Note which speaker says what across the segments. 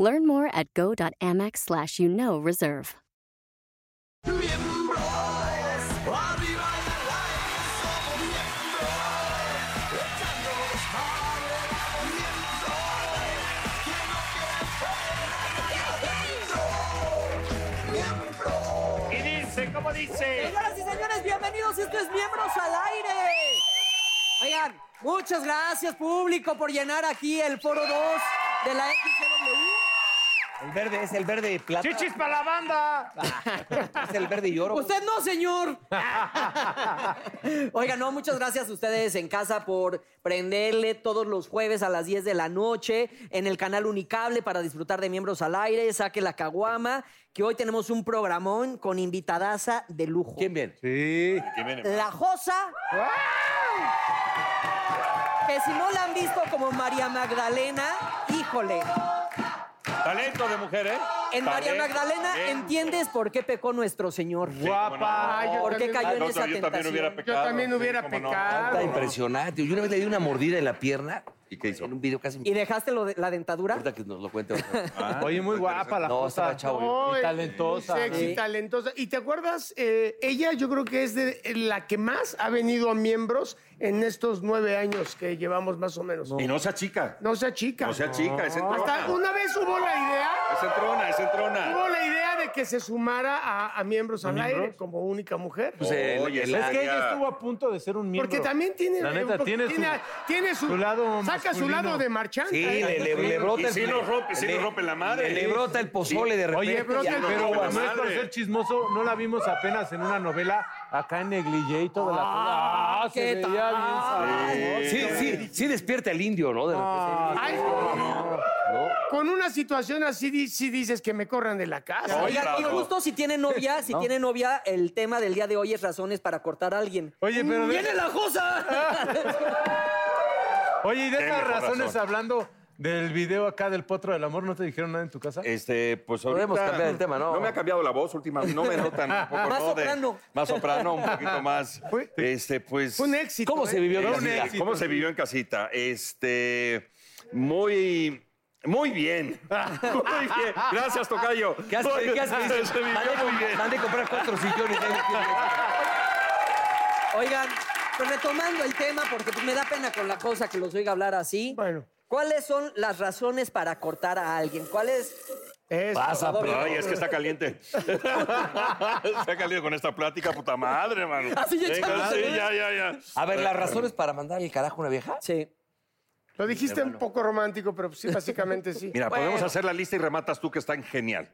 Speaker 1: Learn more at go.amex slash you know reserve.
Speaker 2: Miembros, arriba y al aire somos miembros, echando los males, vamos miembros, que no quieren fuera, nadie adentro, miembros.
Speaker 3: Y dice, ¿cómo dice?
Speaker 4: Señoras y señores, bienvenidos. Esto es Miembros al Aire. Oigan, muchas gracias, público, por llenar aquí el foro 2 de la XW.
Speaker 5: El verde es el verde de plata,
Speaker 3: ¡Chichis para la banda!
Speaker 5: es el verde y oro.
Speaker 6: Pues
Speaker 4: Usted no, señor. Oigan, no, muchas gracias a ustedes en casa por prenderle todos los jueves a las 10 de la noche en el canal Unicable para disfrutar de Miembros al Aire. Saque la caguama, que hoy tenemos un programón con invitadaza de lujo.
Speaker 5: ¿Quién viene?
Speaker 4: La Josa. Que si no la han visto como María Magdalena, híjole.
Speaker 7: Talento de mujer, ¿eh?
Speaker 4: En María
Speaker 7: Talento,
Speaker 4: Magdalena
Speaker 7: talento.
Speaker 4: entiendes por qué pecó nuestro Señor.
Speaker 7: Guapa.
Speaker 6: Ay, yo
Speaker 4: ¿Por qué
Speaker 6: también-
Speaker 4: cayó en
Speaker 7: Ah, No,
Speaker 4: esa
Speaker 7: yo también
Speaker 4: tentación?
Speaker 7: hubiera pecado.
Speaker 6: también
Speaker 7: sí,
Speaker 6: hubiera
Speaker 7: cómo no.
Speaker 6: pecado.
Speaker 5: Está impresionante. Yo una vez le di una mordida en la pierna.
Speaker 7: ¿Y qué hizo?
Speaker 5: En un video casi me
Speaker 4: ¿Y dejaste lo de- la dentadura?
Speaker 5: importa que nos lo cuente. otra.
Speaker 7: Ah,
Speaker 8: Oye, muy guapa la
Speaker 5: No,
Speaker 8: cosa.
Speaker 5: estaba chavo. yo.
Speaker 6: No,
Speaker 8: Y
Speaker 6: eh,
Speaker 8: talentosa.
Speaker 6: muy Sexy,
Speaker 4: Sí.
Speaker 6: talentosa. ¿Y te acuerdas? eh, ella yo creo que es de eh, la que más ha venido a miembros en estos nueve años que llevamos más o menos.
Speaker 7: Y no sea chica.
Speaker 6: No sea chica.
Speaker 7: No sea chica, es entrona.
Speaker 6: Hasta una vez hubo la idea,
Speaker 7: Es entrona, es entrona.
Speaker 6: hubo la idea de que se sumara a, a miembros al aire como única mujer.
Speaker 5: Pues, eh,
Speaker 7: Oye,
Speaker 5: el-
Speaker 7: esa
Speaker 8: Es que
Speaker 7: sería-
Speaker 8: ella estuvo a punto de ser un miembro.
Speaker 6: Porque también tiene
Speaker 8: La
Speaker 6: eh,
Speaker 8: neta,
Speaker 6: un poco-
Speaker 8: tiene su-
Speaker 6: tiene su,
Speaker 8: su lado
Speaker 6: saca su
Speaker 8: masculino.
Speaker 6: lado de marchante.
Speaker 5: Sí,
Speaker 6: ¿eh?
Speaker 5: le, le- le
Speaker 7: Y
Speaker 5: brota el...
Speaker 7: sí nos rompe, sí
Speaker 5: le-
Speaker 7: nos rompe la madre.
Speaker 5: Le, le brota el pozole de repente.
Speaker 8: Oye,
Speaker 6: brota
Speaker 5: ya
Speaker 6: el
Speaker 5: no
Speaker 8: pero
Speaker 7: rompe la
Speaker 8: no es por
Speaker 7: madre.
Speaker 8: ser chismoso, no la vimos apenas en una novela acá en Negligé y toda la cosa. Ah, se
Speaker 4: ¿qué
Speaker 8: veía
Speaker 4: tal?
Speaker 8: bien sabroso.
Speaker 5: Sí, sí, sí despierta el indio, ¿no? De repente.
Speaker 6: Ay, Con una situación así di- sí dices que me corran de la casa.
Speaker 7: Oye,
Speaker 4: Oigan, y
Speaker 7: bravo.
Speaker 4: justo si tiene novia, si tiene novia, el tema del día de hoy es razones para cortar a alguien.
Speaker 8: Oye, pero de-
Speaker 4: ¡Viene la Josa!
Speaker 8: Oye, y de
Speaker 7: Tiene
Speaker 8: esas
Speaker 7: mejor
Speaker 8: razones
Speaker 7: razón.
Speaker 8: hablando del video acá del potro del amor, ¿no te dijeron nada en tu casa?
Speaker 7: Este, pues ahorita...
Speaker 5: Podemos cambiar el tema, ¿no?
Speaker 7: No me ha cambiado la voz últimamente, no me notan un poco,
Speaker 4: Más
Speaker 7: ¿no? De-
Speaker 4: soprano.
Speaker 7: Más soprano, un poquito más.
Speaker 8: Fue-
Speaker 7: Este, pues...
Speaker 6: Fue un éxito.
Speaker 5: ¿Cómo
Speaker 6: ¿eh?
Speaker 5: se vivió?
Speaker 7: Era
Speaker 5: la
Speaker 7: un
Speaker 5: vida?
Speaker 7: éxito, ¿Cómo se vivió en casita? Este, muy, muy bien. Muy bien. Gracias, Tocayo.
Speaker 5: ¿Qué has
Speaker 7: Muy-
Speaker 5: ¿Qué has
Speaker 7: Se vivió muy
Speaker 5: Mandé,
Speaker 7: bien.
Speaker 5: mandé comprar cuatro sillones.
Speaker 4: Oigan, pues retomando el tema, porque me da pena con la cosa que los oiga hablar así.
Speaker 6: Bueno.
Speaker 4: ¿Cuáles son las razones para cortar a alguien? ¿Cuáles?
Speaker 6: Eso.
Speaker 5: Pasa, pero...
Speaker 7: Ay, es que está caliente. está caliente con esta plática, puta madre, mano.
Speaker 4: Así ya echándose,
Speaker 7: sí,
Speaker 4: ¿no?
Speaker 7: ya, ya, ya.
Speaker 5: A ver, las razones para mandar el carajo a una vieja.
Speaker 4: Sí.
Speaker 6: Lo dijiste un poco romántico, pero sí, básicamente sí.
Speaker 7: Mira, podemos hacer la lista y rematas tú que están genial.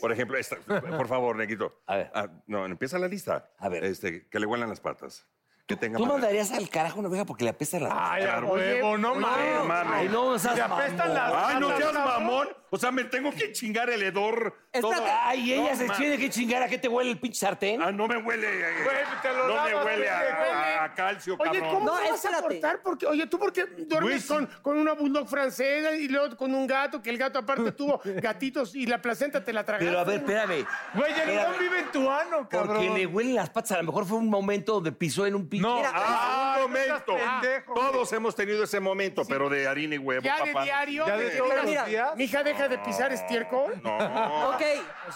Speaker 7: Por ejemplo, esta, por favor, Neguito.
Speaker 5: A ver.
Speaker 7: Ah, no, empieza la lista.
Speaker 5: A ver.
Speaker 7: Este, que le huelan las patas. Que tenga
Speaker 5: ¿Tú
Speaker 7: madera.
Speaker 5: mandarías al carajo a una vieja porque le apesta la...
Speaker 8: Ay, a
Speaker 7: claro.
Speaker 8: huevo, Ah, no
Speaker 6: Oye,
Speaker 7: Ay,
Speaker 8: mames.
Speaker 7: mami.
Speaker 5: Ay, no seas
Speaker 8: Te apestan
Speaker 5: mamón.
Speaker 8: las
Speaker 7: Ay, Ah, no
Speaker 8: patas,
Speaker 7: seas
Speaker 8: cabrón.
Speaker 7: mamón. O sea, me tengo que chingar el hedor. todo.
Speaker 4: Espérate.
Speaker 5: Ay, ella se
Speaker 7: ma-
Speaker 5: tiene que chingar a qué te huele el pinche sartén.
Speaker 7: Ah, no me huele. eh,
Speaker 8: Güey, te lo
Speaker 7: no
Speaker 8: lavas,
Speaker 7: me huele a,
Speaker 8: te huele.
Speaker 7: a- a calcio,
Speaker 6: Oye,
Speaker 7: cabrón.
Speaker 6: ¿cómo
Speaker 4: No,
Speaker 6: no, vas a
Speaker 4: espérate.
Speaker 6: cortar? Porque, oye, ¿tú por qué duermes
Speaker 7: Güey, sí.
Speaker 6: con, con una bulldog francesa y luego con un gato? Que el gato aparte tuvo gatitos y la placenta te la tragaste.
Speaker 5: Pero a ver, espérame.
Speaker 8: Güey, el
Speaker 5: Espérame,
Speaker 8: león vive en tu ano, cabrón.
Speaker 5: Porque le huelen las patas. A lo mejor fue un momento donde pisó en un pinche.
Speaker 8: No,
Speaker 4: Mira,
Speaker 7: Ah, un momento.
Speaker 8: no seas pendejo,
Speaker 7: Todos hemos tenido ese momento, pero de harina y huevo,
Speaker 6: ya
Speaker 7: papá.
Speaker 6: de diario.
Speaker 8: ya de
Speaker 6: de que
Speaker 8: todos
Speaker 6: digas,
Speaker 8: los
Speaker 4: mira,
Speaker 8: días.
Speaker 6: Mija, deja de pisar estiércol.
Speaker 7: No,
Speaker 4: Ok.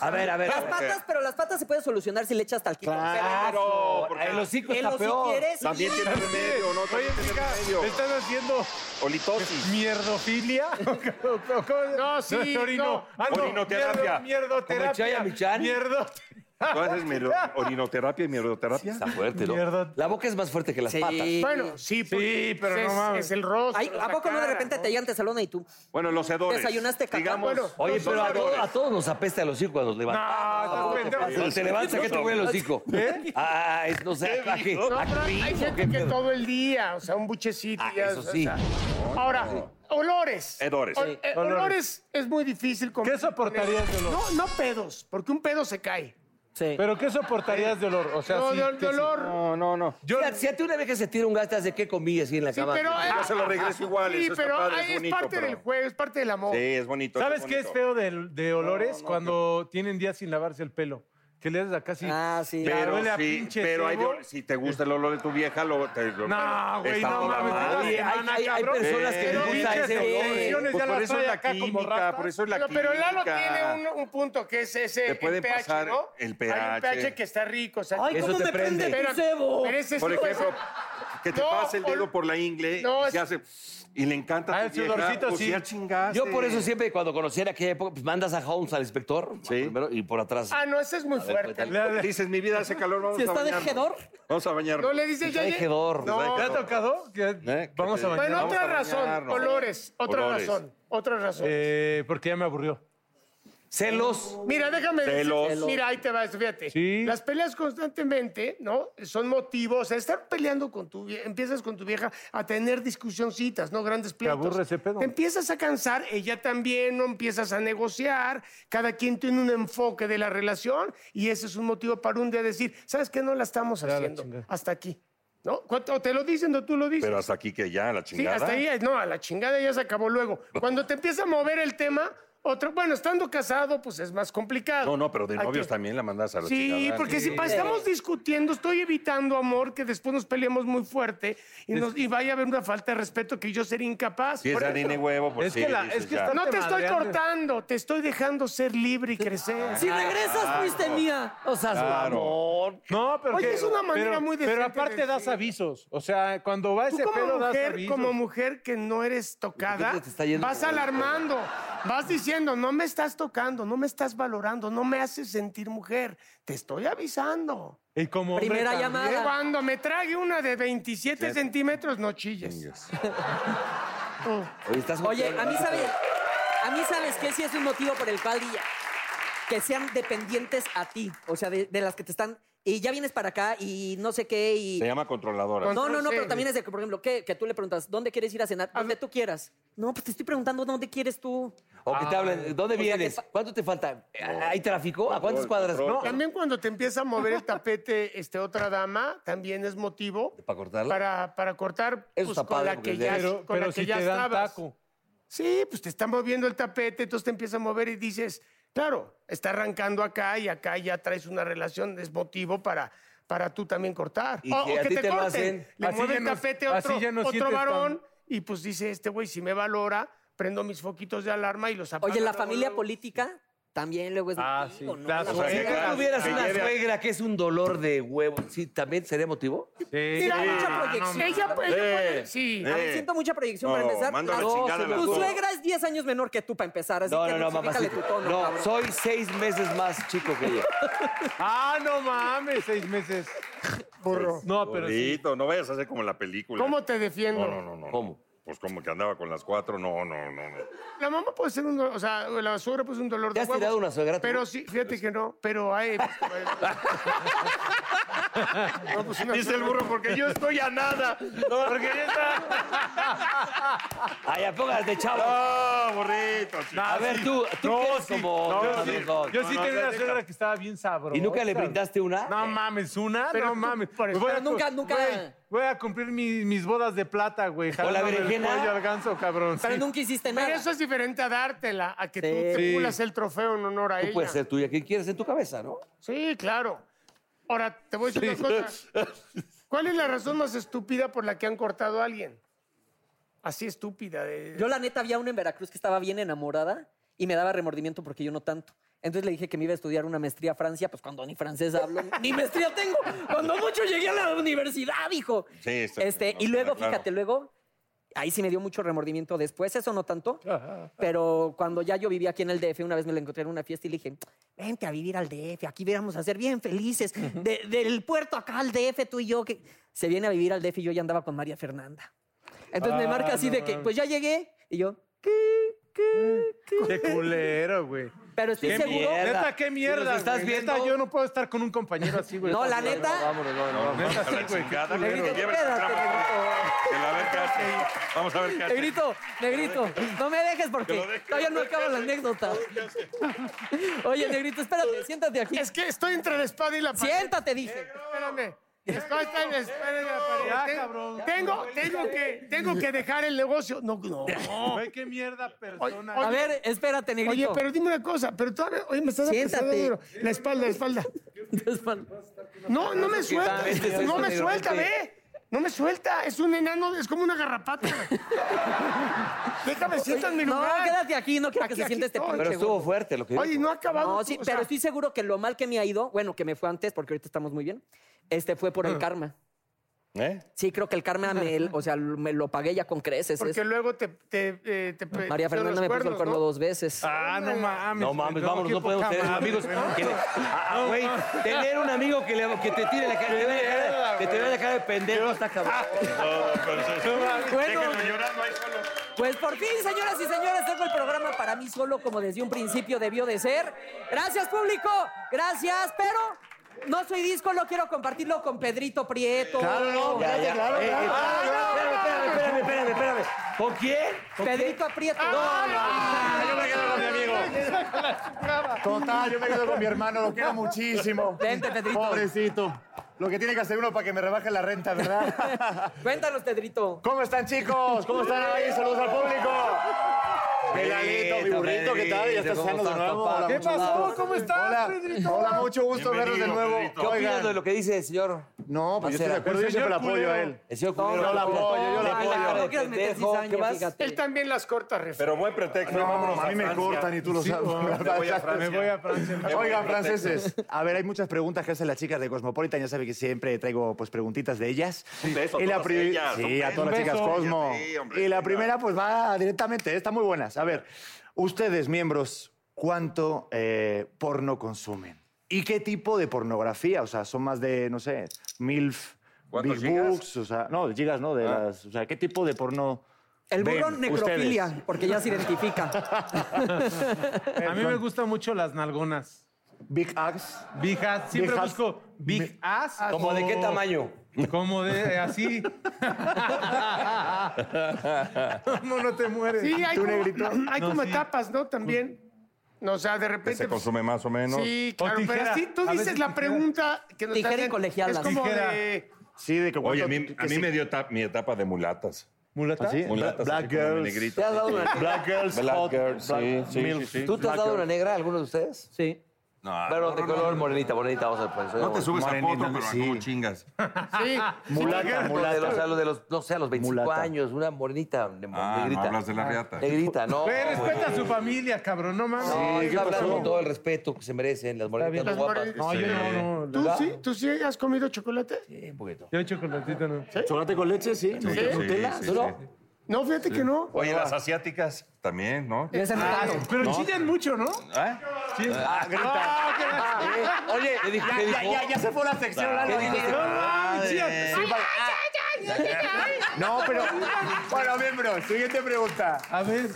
Speaker 5: A ver, a ver.
Speaker 4: Las patas, pero las patas se pueden solucionar si le echas talquito.
Speaker 5: Claro,
Speaker 7: porque-
Speaker 5: el hocico
Speaker 4: En
Speaker 5: está
Speaker 4: los si
Speaker 5: peor.
Speaker 4: quieres.
Speaker 7: también tiene remedio, ¿no?
Speaker 8: Oye,
Speaker 7: También tiene
Speaker 8: chica,
Speaker 7: remedio.
Speaker 8: ¿le estás haciendo
Speaker 7: Olitosis.
Speaker 8: mierdofilia?
Speaker 6: No, sí,
Speaker 8: Orino.
Speaker 6: no.
Speaker 8: Ah,
Speaker 7: Orinoterapia.
Speaker 8: Mierdo- Mierdoterapia.
Speaker 5: Como Chaya Michan.
Speaker 8: Mierdoterapia.
Speaker 7: ¿Tú haces mero- orinoterapia y mieroterapia?
Speaker 5: Está fuerte, ¿no?
Speaker 8: Mierda.
Speaker 5: La boca es más fuerte que las
Speaker 4: Sí.
Speaker 5: patas. pues,
Speaker 6: Bueno, sí, porque
Speaker 8: pero
Speaker 6: es,
Speaker 8: no mames.
Speaker 6: es el rostro.
Speaker 4: Ay, ¿A
Speaker 6: la
Speaker 4: poco no de
Speaker 6: cara,
Speaker 4: repente
Speaker 6: ¿no?
Speaker 4: te llegan, te saludan y tú?
Speaker 7: Bueno, los hedores.
Speaker 4: ¿Desayunaste caca?
Speaker 7: Digamos,
Speaker 6: Bueno,
Speaker 5: Oye,
Speaker 7: los
Speaker 5: pero a,
Speaker 7: hedores.
Speaker 5: todo- a todos nos apesta el hocico cuando nos levantamos.
Speaker 8: Ah, estás pendejo.
Speaker 5: Cuando te levantas, ¿qué te huele el hocico? Ah, es- no sé, ¿a qué?
Speaker 6: No,
Speaker 5: ¿A
Speaker 6: pero
Speaker 5: qué?
Speaker 6: hay gente
Speaker 5: ¿Qué
Speaker 6: que
Speaker 5: pedo?
Speaker 6: todo el día, o sea, un buchecito.
Speaker 5: Ah,
Speaker 6: y ya,
Speaker 5: eso
Speaker 6: o sea,
Speaker 5: sí.
Speaker 6: Ahora, olores.
Speaker 7: Hedores.
Speaker 6: Ol-
Speaker 7: Sí.
Speaker 6: eh,
Speaker 8: Olores.
Speaker 6: olores. es muy difícil. con-
Speaker 8: ¿Qué soportarías de olor?
Speaker 6: No, no pedos, porque un pedo se cae.
Speaker 4: Sí.
Speaker 8: ¿Pero qué soportarías de olor? O sea,
Speaker 6: No,
Speaker 8: Ah, sí,
Speaker 6: de, de
Speaker 8: que sí.
Speaker 6: olor.
Speaker 7: No, no, no.
Speaker 8: Yo,
Speaker 5: Mira, Si a ti una vez que se tira un gas, ¿te hace qué comí así en la
Speaker 6: Sí,
Speaker 5: cama?
Speaker 6: pero, eh,
Speaker 7: Yo se lo regreso igual,
Speaker 6: Sí,
Speaker 7: eso está
Speaker 6: pero
Speaker 7: padre, es
Speaker 6: ahí es,
Speaker 7: bonito,
Speaker 6: parte
Speaker 7: pero-
Speaker 6: del juego, es parte del amor.
Speaker 7: Sí, es bonito.
Speaker 8: ¿Sabes
Speaker 7: es
Speaker 8: qué es
Speaker 7: bonito.
Speaker 8: feo de, de olores? Cuando tienen días sin lavarse el pelo. Que le haces acá así.
Speaker 4: Ah, sí.
Speaker 8: Ya
Speaker 7: Pero,
Speaker 8: huele a
Speaker 7: sí,
Speaker 8: pinche
Speaker 7: pero hay de-
Speaker 8: cebo.
Speaker 7: si te gusta el olor de tu vieja, lo, te, lo-
Speaker 8: No, güey,
Speaker 7: Está
Speaker 8: no
Speaker 7: toda
Speaker 8: mames.
Speaker 7: madre. Eh,
Speaker 8: toda
Speaker 5: Hay-
Speaker 8: semana,
Speaker 5: hay- hay
Speaker 8: cabrón.
Speaker 5: personas que
Speaker 8: Pero
Speaker 5: les gusta
Speaker 8: pinches
Speaker 5: ese olor.
Speaker 8: obsesiones,
Speaker 7: Pues
Speaker 8: ya
Speaker 7: por
Speaker 8: las
Speaker 7: eso
Speaker 8: trae
Speaker 7: es la
Speaker 8: acá como
Speaker 7: química,
Speaker 8: rata.
Speaker 7: por eso es la
Speaker 6: Pero,
Speaker 7: química.
Speaker 6: pero Lalo tiene un, un punto que es ese
Speaker 7: Te puede
Speaker 6: el pH,
Speaker 7: pasar
Speaker 6: ¿no?
Speaker 7: el
Speaker 6: Hay un
Speaker 7: pH.
Speaker 6: pH que está rico. O sea,
Speaker 4: Ay,
Speaker 5: Eso
Speaker 4: ¿cómo
Speaker 5: te
Speaker 4: me prende,
Speaker 5: prende.
Speaker 4: tu cebo?
Speaker 6: pero ese
Speaker 7: Por
Speaker 6: sí puede
Speaker 7: ejemplo,
Speaker 6: ser-
Speaker 7: que te
Speaker 6: No,
Speaker 7: pase el dedo
Speaker 6: ol-
Speaker 7: por la ingle
Speaker 6: No,
Speaker 7: y se
Speaker 6: es-
Speaker 7: hace... Y le encanta
Speaker 8: Ah,
Speaker 7: a
Speaker 8: el
Speaker 7: tu vieja,
Speaker 8: sudorcito,
Speaker 7: pues
Speaker 8: sí.
Speaker 7: ya chingaste.
Speaker 5: Yo por eso siempre cuando conocí en aquella época, pues mandas a Holmes al inspector
Speaker 7: Sí.
Speaker 5: primero, y por atrás.
Speaker 6: Ah, no, ese es muy fuerte.
Speaker 8: Le- le-
Speaker 7: Dices, mi vida hace calor, vamos
Speaker 4: Si
Speaker 7: a
Speaker 4: está de
Speaker 7: bañarnos.
Speaker 4: jedor.
Speaker 7: Vamos a bañarnos. Pues
Speaker 6: No le dices ya.
Speaker 5: Ay,
Speaker 6: ya-
Speaker 5: qué Pues, dor.
Speaker 6: No.
Speaker 8: ¿Te ha tocado? Que- Vamos a
Speaker 7: Eh, te-
Speaker 8: bañar.
Speaker 6: Bueno,
Speaker 7: Vamos
Speaker 6: otra
Speaker 7: a
Speaker 6: razón,
Speaker 7: bañarnos.
Speaker 6: olores, otra
Speaker 7: Olores.
Speaker 6: razón, otra razón.
Speaker 8: Eh, porque ya me aburrió.
Speaker 5: Celos.
Speaker 6: Mira, déjame decir-
Speaker 7: Celos.
Speaker 6: Mira, ahí te vas, fíjate.
Speaker 8: Sí.
Speaker 6: Las peleas constantemente, ¿no? Son motivos. O sea, estar peleando con tu vieja, empiezas con tu vieja a tener discusioncitas, ¿no? Grandes pleitos.
Speaker 8: aburre ese pedo.
Speaker 6: Te empiezas a cansar, ella también, no empiezas a negociar. Cada quien tiene un enfoque de la relación y ese es un motivo para un día decir, ¿sabes qué? No la estamos
Speaker 8: la
Speaker 6: haciendo
Speaker 8: chingada.
Speaker 6: hasta aquí, ¿no? O te lo dicen o tú lo dices.
Speaker 7: Pero hasta aquí que ya, la
Speaker 6: Sí,
Speaker 7: chingada.
Speaker 6: hasta ahí, no, a la chingada ya se acabó luego. Cuando te empieza a mover el tema, otro, bueno, estando casado, pues es más complicado.
Speaker 7: No, no, pero de
Speaker 6: Aquí-
Speaker 7: novios también la mandas a la
Speaker 6: Sí,
Speaker 7: chingada.
Speaker 6: porque si pa- estamos discutiendo, estoy evitando amor, que después nos peleemos muy fuerte y, nos- y vaya a haber una falta de respeto que yo seré incapaz.
Speaker 7: Si es
Speaker 6: Por
Speaker 7: harina y
Speaker 6: eso,
Speaker 7: huevo, pues
Speaker 8: Es
Speaker 7: sí,
Speaker 8: que la-
Speaker 7: dices,
Speaker 8: es que
Speaker 7: ya.
Speaker 8: está-
Speaker 6: no te estoy
Speaker 8: Madreando.
Speaker 6: cortando, te estoy dejando ser libre y crecer.
Speaker 4: Si regresas, fuiste mía. O sea,
Speaker 8: No, pero.
Speaker 6: Oye,
Speaker 8: que-
Speaker 6: es una manera
Speaker 8: pero-
Speaker 6: muy decente
Speaker 8: Pero
Speaker 6: de
Speaker 8: aparte das
Speaker 6: decir.
Speaker 8: avisos. O sea, cuando va
Speaker 6: Tú
Speaker 8: ese
Speaker 6: como
Speaker 8: pedo, das
Speaker 6: mujer,
Speaker 8: avisos.
Speaker 6: como mujer que no eres
Speaker 5: ¿Por
Speaker 6: tocada,
Speaker 5: qué te está yendo
Speaker 6: vas
Speaker 5: por el
Speaker 6: alarmando, vas diciendo, no me estás tocando, no me estás valorando, no me haces sentir mujer, te estoy avisando.
Speaker 8: Y como. hombre
Speaker 4: Primera
Speaker 8: también.
Speaker 4: llamada. Nada.
Speaker 6: Cuando me trague una de 27 centímetros, no chilles.
Speaker 5: Oye, estás muy
Speaker 4: Oye,
Speaker 5: claro.
Speaker 4: a mí sabes, a mí sabes que sí es un motivo por el cual y- que sean dependientes a ti, o sea, de, de las que te están y ya vienes para acá y no sé qué y
Speaker 7: Se llama controladora.
Speaker 4: no, no, no, pero
Speaker 6: Sí.
Speaker 4: también es de que, por ejemplo, que, que tú le preguntas, ¿dónde quieres ir a cenar? Donde tú quieras. No, pues te estoy preguntando, ¿dónde quieres tú?
Speaker 5: O que te hablen, ¿dónde
Speaker 4: O sea, que
Speaker 5: vienes?
Speaker 4: pa-
Speaker 5: ¿Cuánto te falta? ¿Hay tráfico? ¿A cuántas
Speaker 7: Control,
Speaker 5: cuadras?
Speaker 7: control.
Speaker 5: No.
Speaker 6: También cuando te empieza a mover el tapete este, otra dama, también es motivo
Speaker 5: ¿Para cortarla?
Speaker 6: para, para cortar
Speaker 5: Eso
Speaker 6: pues, con
Speaker 5: está padre,
Speaker 6: la que
Speaker 5: porque
Speaker 6: ya,
Speaker 8: Pero,
Speaker 6: con la
Speaker 8: pero
Speaker 6: que
Speaker 8: si
Speaker 6: ya
Speaker 8: te dan
Speaker 6: estabas.
Speaker 8: taco.
Speaker 6: Sí, pues te está moviendo el tapete, entonces te empieza a mover y dices, claro, está arrancando acá y acá ya traes una relación, es motivo para, para tú también cortar.
Speaker 5: Y que a ti te lo hacen.
Speaker 6: le
Speaker 8: Así
Speaker 6: mueve
Speaker 8: ya
Speaker 6: el
Speaker 8: no-
Speaker 6: tapete a
Speaker 8: así
Speaker 6: otro,
Speaker 8: ya no
Speaker 6: otro
Speaker 8: sientes tan-
Speaker 6: varón y pues dice, este güey, si me valora, prendo mis foquitos de alarma y los apago.
Speaker 4: Oye, la
Speaker 6: luego,
Speaker 4: familia
Speaker 6: luego.
Speaker 4: política también luego es
Speaker 8: Ah,
Speaker 4: motivo,
Speaker 8: sí.
Speaker 4: ¿no?
Speaker 8: Las
Speaker 4: La
Speaker 7: O sea,
Speaker 8: Sí,
Speaker 7: que
Speaker 5: Si
Speaker 7: claro,
Speaker 5: tú tuvieras
Speaker 7: que
Speaker 5: una
Speaker 7: lleve-
Speaker 5: suegra que es un dolor de huevo, ¿sí, ¿también sería motivo?
Speaker 8: Sí.
Speaker 6: Mira,
Speaker 4: Siento mucha
Speaker 6: ella,
Speaker 4: proyección.
Speaker 6: ella puede-
Speaker 7: Eh,
Speaker 6: sí.
Speaker 4: A ver,
Speaker 7: Eh.
Speaker 4: siento mucha proyección para
Speaker 7: No,
Speaker 4: empezar.
Speaker 7: manda a la
Speaker 4: Las-
Speaker 7: chingada las
Speaker 4: tu
Speaker 7: dos.
Speaker 4: suegra es 10 años menor que tú para empezar, así
Speaker 5: No,
Speaker 4: que
Speaker 5: no, no,
Speaker 4: rectifícale
Speaker 5: mamacita.
Speaker 4: tu tono,
Speaker 5: No,
Speaker 4: cabrón.
Speaker 5: soy seis meses más chico que ella.
Speaker 8: Ah, no mames, seis meses.
Speaker 6: burro.
Speaker 8: No, pero sí.
Speaker 7: Gordito, no vayas a hacer como la película.
Speaker 6: ¿Cómo te defiendo?
Speaker 7: No, no, no, no.
Speaker 5: ¿Cómo?
Speaker 7: Pues como que andaba con las cuatro. No, no, no, no.
Speaker 6: La mamá puede ser un dolor, o sea, la suegra puede ser un dolor
Speaker 5: ¿Te
Speaker 6: de
Speaker 5: has
Speaker 6: huevos,
Speaker 5: tirado una suegra tú?
Speaker 6: Pero sí, fíjate que no, pero hay... No, pues una
Speaker 7: Dice el burro, porque yo estoy a nada. No, porque yo estaba-
Speaker 5: Ay, apógate, chavo.
Speaker 7: No, burrito.
Speaker 5: A ver, tú, tú que eres como...
Speaker 8: Yo
Speaker 5: no,
Speaker 8: sí,
Speaker 5: no, no.
Speaker 8: yo sí
Speaker 7: no,
Speaker 8: tenía
Speaker 7: no,
Speaker 8: una
Speaker 7: no,
Speaker 8: suegra que estaba bien sabrosa.
Speaker 5: ¿Y nunca le brindaste una?
Speaker 8: No mames, una,
Speaker 6: Pero
Speaker 8: no
Speaker 6: tú,
Speaker 8: mames.
Speaker 6: por eso-
Speaker 8: Voy a
Speaker 4: Pero nunca,
Speaker 8: cu-
Speaker 4: nunca-
Speaker 8: güey, voy a cumplir mi- mis bodas de plata, güey.
Speaker 5: la
Speaker 8: jalándome el
Speaker 5: berenjena?
Speaker 8: cuello al ganso, cabrón.
Speaker 4: Pero
Speaker 8: sí.
Speaker 4: nunca hiciste nada.
Speaker 6: Pero eso es diferente a dártela, a que tú
Speaker 4: Sí.
Speaker 6: te pulas el trofeo en honor a
Speaker 5: Tú
Speaker 6: ella.
Speaker 5: puedes ser tuya, ¿quién quieres en tu cabeza, no?
Speaker 6: Sí, claro. Ahora, te voy a decir una cosa. ¿Cuál es la razón más estúpida por la que han cortado a alguien? Así estúpida. de-
Speaker 4: Yo la neta había una en Veracruz que estaba bien enamorada y me daba remordimiento porque yo no tanto. Entonces le dije que me iba a estudiar una maestría a Francia, pues cuando ni francés hablo, ni maestría tengo. Cuando mucho llegué a la universidad, hijo.
Speaker 7: Sí, esto-
Speaker 4: este,
Speaker 7: no,
Speaker 4: y luego,
Speaker 7: claro.
Speaker 4: fíjate, luego Ahí sí me dio mucho remordimiento después, eso no tanto. Pero cuando ya yo vivía aquí en el DF, una vez me la encontré en una fiesta y le dije, vente a vivir al DF, aquí viéramos a ser bien felices. De- del puerto acá al DF, tú y yo. Que... Se viene a vivir al DF y yo ya andaba con María Fernanda. Entonces me
Speaker 8: Ah,
Speaker 4: marca así
Speaker 8: no
Speaker 4: de que,
Speaker 8: mames.
Speaker 4: pues ya llegué. Y yo, ¿qué? ¿Qué? ¿Qué?
Speaker 8: Qué culero, güey.
Speaker 4: Pero estoy
Speaker 5: Qué
Speaker 4: seguro.
Speaker 5: mierda.
Speaker 8: Neta, qué mierda.
Speaker 5: Si nos estás
Speaker 8: güey. Neta,
Speaker 5: viendo-
Speaker 8: yo no puedo estar con un compañero así, güey.
Speaker 4: No, la
Speaker 8: Estás-
Speaker 4: neta-
Speaker 8: No, vámonos, no, no.
Speaker 7: Vamos
Speaker 8: Neta,
Speaker 7: a la
Speaker 8: sí, güey.
Speaker 7: chingada,
Speaker 4: Le grito,
Speaker 7: negro, llévate el
Speaker 4: espérate,
Speaker 7: trapo.
Speaker 4: negrito.
Speaker 7: Que la ver qué hace. Vamos a ver qué hace.
Speaker 4: Negrito, negrito, no me dejes
Speaker 7: Que
Speaker 4: porque
Speaker 7: lo deje.
Speaker 4: todavía no acaba la anécdota. Oye, negrito, espérate, siéntate aquí.
Speaker 6: Es que estoy entre la espada y la pared.
Speaker 4: Siéntate, dije.
Speaker 6: Espérame. Estoy entre la espada y la pared.
Speaker 8: Ya,
Speaker 6: Ten-
Speaker 8: cabrón.
Speaker 6: Tengo, tengo, que, tengo que dejar el negocio. No, no.
Speaker 8: Güey, qué mierda persona.
Speaker 4: A ver, espérate,
Speaker 6: Oye,
Speaker 4: negrito.
Speaker 6: pero dime una cosa, pero todavía, oye, me estás
Speaker 4: Siéntate.
Speaker 6: apretando duro. La espalda, la espalda. No, no me suelta, no me suelta, ve. No me suelta, es un enano, es como una garrapata. Déjame siento en mi
Speaker 4: No,
Speaker 6: lugar.
Speaker 4: quédate aquí, no quiero que
Speaker 6: Aquí,
Speaker 4: se
Speaker 6: aquí
Speaker 4: siente este
Speaker 6: estoy.
Speaker 5: Pero
Speaker 4: pinche.
Speaker 5: estuvo
Speaker 4: güey.
Speaker 5: fuerte lo que
Speaker 6: Oye, no ha acabado.
Speaker 4: No, sí,
Speaker 6: o sea,
Speaker 4: pero estoy seguro que lo mal que me ha ido, bueno, que me fue antes, porque ahorita estamos muy bien, este fue por el karma.
Speaker 5: ¿Eh?
Speaker 4: Sí, creo que el karma me, o sea, me lo pagué ya con creces.
Speaker 6: Porque
Speaker 4: es-
Speaker 6: luego te. te, eh, te pre-
Speaker 4: María
Speaker 6: te pusieron los
Speaker 4: Fernanda me puso el
Speaker 6: cuernos,
Speaker 4: cuerno
Speaker 6: ¿no?
Speaker 4: dos veces.
Speaker 8: Ah, no mames.
Speaker 5: No
Speaker 8: güey,
Speaker 5: mames, vámonos,
Speaker 8: qué
Speaker 5: no podemos
Speaker 8: poca
Speaker 5: tener
Speaker 8: madre,
Speaker 5: amigos.
Speaker 8: güey.
Speaker 5: que le- Ah, ah, güey, tener un amigo que, le- que te tire la cara, que te vea la cara, que te vea la cara de pendejo está cabrón.
Speaker 7: No, no, no, no.
Speaker 4: Bueno.
Speaker 7: Déjenlo llorando ahí solo.
Speaker 4: Pues por fin, señoras y señores, tengo el programa para mí solo como desde un principio debió de ser. Gracias, público. Gracias, pero no soy disco, lo quiero compartirlo con Pedrito Prieto.
Speaker 5: Ya, ya. Eh, eh,
Speaker 4: Ah, no,
Speaker 5: espérame, espérame, espérame, espérame, espérame. ¿Con quién?
Speaker 4: Pedrito Prieto. No,
Speaker 9: yo me quedo con mi amigo. Total, yo me quedo con mi hermano, lo quiero muchísimo.
Speaker 4: Vente, Pedrito.
Speaker 9: Pobrecito. Lo que tiene que hacer uno para que me rebaje la renta, ¿verdad?
Speaker 4: Cuéntanos, Pedrito.
Speaker 9: ¿Cómo están, chicos? ¿Cómo están ahí? Saludos al público. Peladito, mi burrito, ¿qué tal? Ya estás
Speaker 5: ¿Cómo
Speaker 9: sano de
Speaker 5: estás,
Speaker 9: nuevo.
Speaker 5: papá?
Speaker 9: Hola,
Speaker 5: ¿Qué
Speaker 9: mucho
Speaker 8: pasó?
Speaker 9: gusto.
Speaker 8: ¿Cómo estás,
Speaker 9: Hola.
Speaker 8: Pedrito?
Speaker 9: Hola, mucho gusto verlos de
Speaker 7: Bienvenido,
Speaker 9: nuevo.
Speaker 7: Pedrito.
Speaker 5: ¿Qué opinas
Speaker 9: Oigan,
Speaker 5: de lo que dice el señor?
Speaker 9: No, pues yo estoy
Speaker 5: Macera?
Speaker 9: de acuerdo, yo
Speaker 8: El
Speaker 9: siempre lo
Speaker 8: señor
Speaker 9: apoyo a
Speaker 8: culero.
Speaker 9: él.
Speaker 5: El señor
Speaker 4: No,
Speaker 5: culero.
Speaker 9: yo la
Speaker 5: ¿qué opinas?
Speaker 9: apoyo, yo la
Speaker 5: Le pone
Speaker 9: apoyo.
Speaker 5: cara de
Speaker 4: No quieras meter
Speaker 5: pendejo,
Speaker 4: cizaña,
Speaker 5: ¿Qué más?
Speaker 4: fíjate.
Speaker 6: Él también las corta, ref.
Speaker 7: Pero buen pretexto.
Speaker 9: No,
Speaker 7: vámonos
Speaker 9: a mí me
Speaker 7: Francia.
Speaker 9: cortan y tú lo
Speaker 8: Sí,
Speaker 9: sabes.
Speaker 8: güey,
Speaker 7: me voy a Francia.
Speaker 8: Me voy a Francia.
Speaker 7: Me voy a
Speaker 9: Oigan,
Speaker 7: Francia.
Speaker 9: franceses, a ver, hay muchas preguntas que hacen las chicas de Cosmopolitan. Ya saben que siempre traigo pues preguntitas de ellas.
Speaker 7: Un beso a
Speaker 9: Y la
Speaker 7: todas
Speaker 9: pri-
Speaker 7: ellas, un
Speaker 9: Sí, a
Speaker 7: beso.
Speaker 9: todas las
Speaker 8: Un
Speaker 9: chicas
Speaker 8: beso.
Speaker 9: Cosmo.
Speaker 7: Sí, hombre,
Speaker 9: Y la
Speaker 7: venga.
Speaker 9: primera pues va directamente, están muy buenas. A ver, ustedes miembros, ¿cuánto eh, porno consumen? ¿Y qué tipo de pornografía? O sea, son más de, no sé, MILF,
Speaker 7: ¿Cuántos
Speaker 9: Big
Speaker 7: gigas? Ah.
Speaker 9: Books, o sea, no, de gigas, no, de las, o sea, ¿qué tipo de porno?
Speaker 4: El burro
Speaker 9: ven
Speaker 4: necrofilia,
Speaker 9: ustedes?
Speaker 4: porque ya se identifica.
Speaker 8: A mí me gustan mucho las nalgonas.
Speaker 9: Big Axe.
Speaker 8: Big ass. Siempre
Speaker 9: Big ass. Ah,
Speaker 8: busco big ass.
Speaker 5: ¿Como de qué
Speaker 8: o-
Speaker 5: tamaño?
Speaker 8: Como de así. ¿Cómo no te mueres?
Speaker 6: Sí, hay,
Speaker 9: ¿Tú,
Speaker 6: como,
Speaker 9: negrito?
Speaker 6: hay como etapas, ¿no? También. No, o sea, de repente.
Speaker 7: Se
Speaker 6: pues,
Speaker 7: consume más o menos.
Speaker 6: Sí,
Speaker 8: O
Speaker 6: claro, pero
Speaker 8: tijera.
Speaker 6: sí, tú
Speaker 8: A
Speaker 6: dices
Speaker 8: veces
Speaker 6: la
Speaker 8: tijera.
Speaker 6: pregunta que nos
Speaker 4: Tijera y
Speaker 6: hacen,
Speaker 4: colegialas.
Speaker 6: Es como
Speaker 8: Tijera.
Speaker 6: de...
Speaker 9: Sí, de que
Speaker 7: Oye, a mí,
Speaker 9: cuánto-
Speaker 7: a
Speaker 9: que
Speaker 7: mí
Speaker 9: sí.
Speaker 7: me dio ta- mi etapa de mulatas.
Speaker 8: ¿Mulata?
Speaker 9: ¿Ah, sí?
Speaker 7: Mulatas.
Speaker 9: Black
Speaker 7: así como mi
Speaker 9: girls.
Speaker 7: negrito.
Speaker 5: ¿Te has dado una negra?
Speaker 9: Black girls,
Speaker 7: Black
Speaker 9: hot,
Speaker 7: girls,
Speaker 9: black
Speaker 7: sí, sí,
Speaker 9: milf.
Speaker 7: sí, sí.
Speaker 5: ¿Tú te has dado una negra, alguno de ustedes?
Speaker 4: Sí.
Speaker 7: No,
Speaker 5: Pero
Speaker 7: no,
Speaker 5: de
Speaker 7: no,
Speaker 5: color morenita, morenita, vamos a pues, eh, poner.
Speaker 7: No te subes a
Speaker 9: Morenita,
Speaker 7: poto, pero
Speaker 9: sí.
Speaker 7: como chingas.
Speaker 6: Sí,
Speaker 9: Mulata,
Speaker 5: De los, a
Speaker 9: mulata.
Speaker 5: los de los, no sé, a los 25
Speaker 9: Mulata.
Speaker 5: años, una morenita, ne-
Speaker 7: Ah, no
Speaker 5: negrita.
Speaker 7: hablas de la reata.
Speaker 5: Negrita, no.
Speaker 8: Güey, respeta a
Speaker 5: güey.
Speaker 8: su familia, cabrón, no mames.
Speaker 5: No,
Speaker 9: Sí, ¿qué
Speaker 5: está hablando
Speaker 9: pasó?
Speaker 5: con todo el respeto que se merecen las morenitas
Speaker 6: Las
Speaker 5: no
Speaker 6: morenas.
Speaker 5: guapas.
Speaker 8: No, yo no, no.
Speaker 6: ¿Tú sí? ¿Tú sí has comido chocolate?
Speaker 5: Sí, un poquito.
Speaker 8: Yo chocolatito no.
Speaker 9: ¿Chocolate con leche? Sí.
Speaker 7: Sí, sí, sí,
Speaker 5: ¿Tú no?
Speaker 7: sí.
Speaker 6: No, fíjate que no.
Speaker 7: Oye, las asiáticas también, ¿no? Ah,
Speaker 4: Ya se notaron.
Speaker 8: Pero chillan mucho, ¿no?
Speaker 7: ¿Eh?
Speaker 8: Ah,
Speaker 5: Oye, ¿qué dijo? ¿Qué dijo?
Speaker 9: se fue la sección,
Speaker 5: ¿Qué dijo?
Speaker 9: No, pero. Bueno, miembro, siguiente pregunta.
Speaker 8: A ver.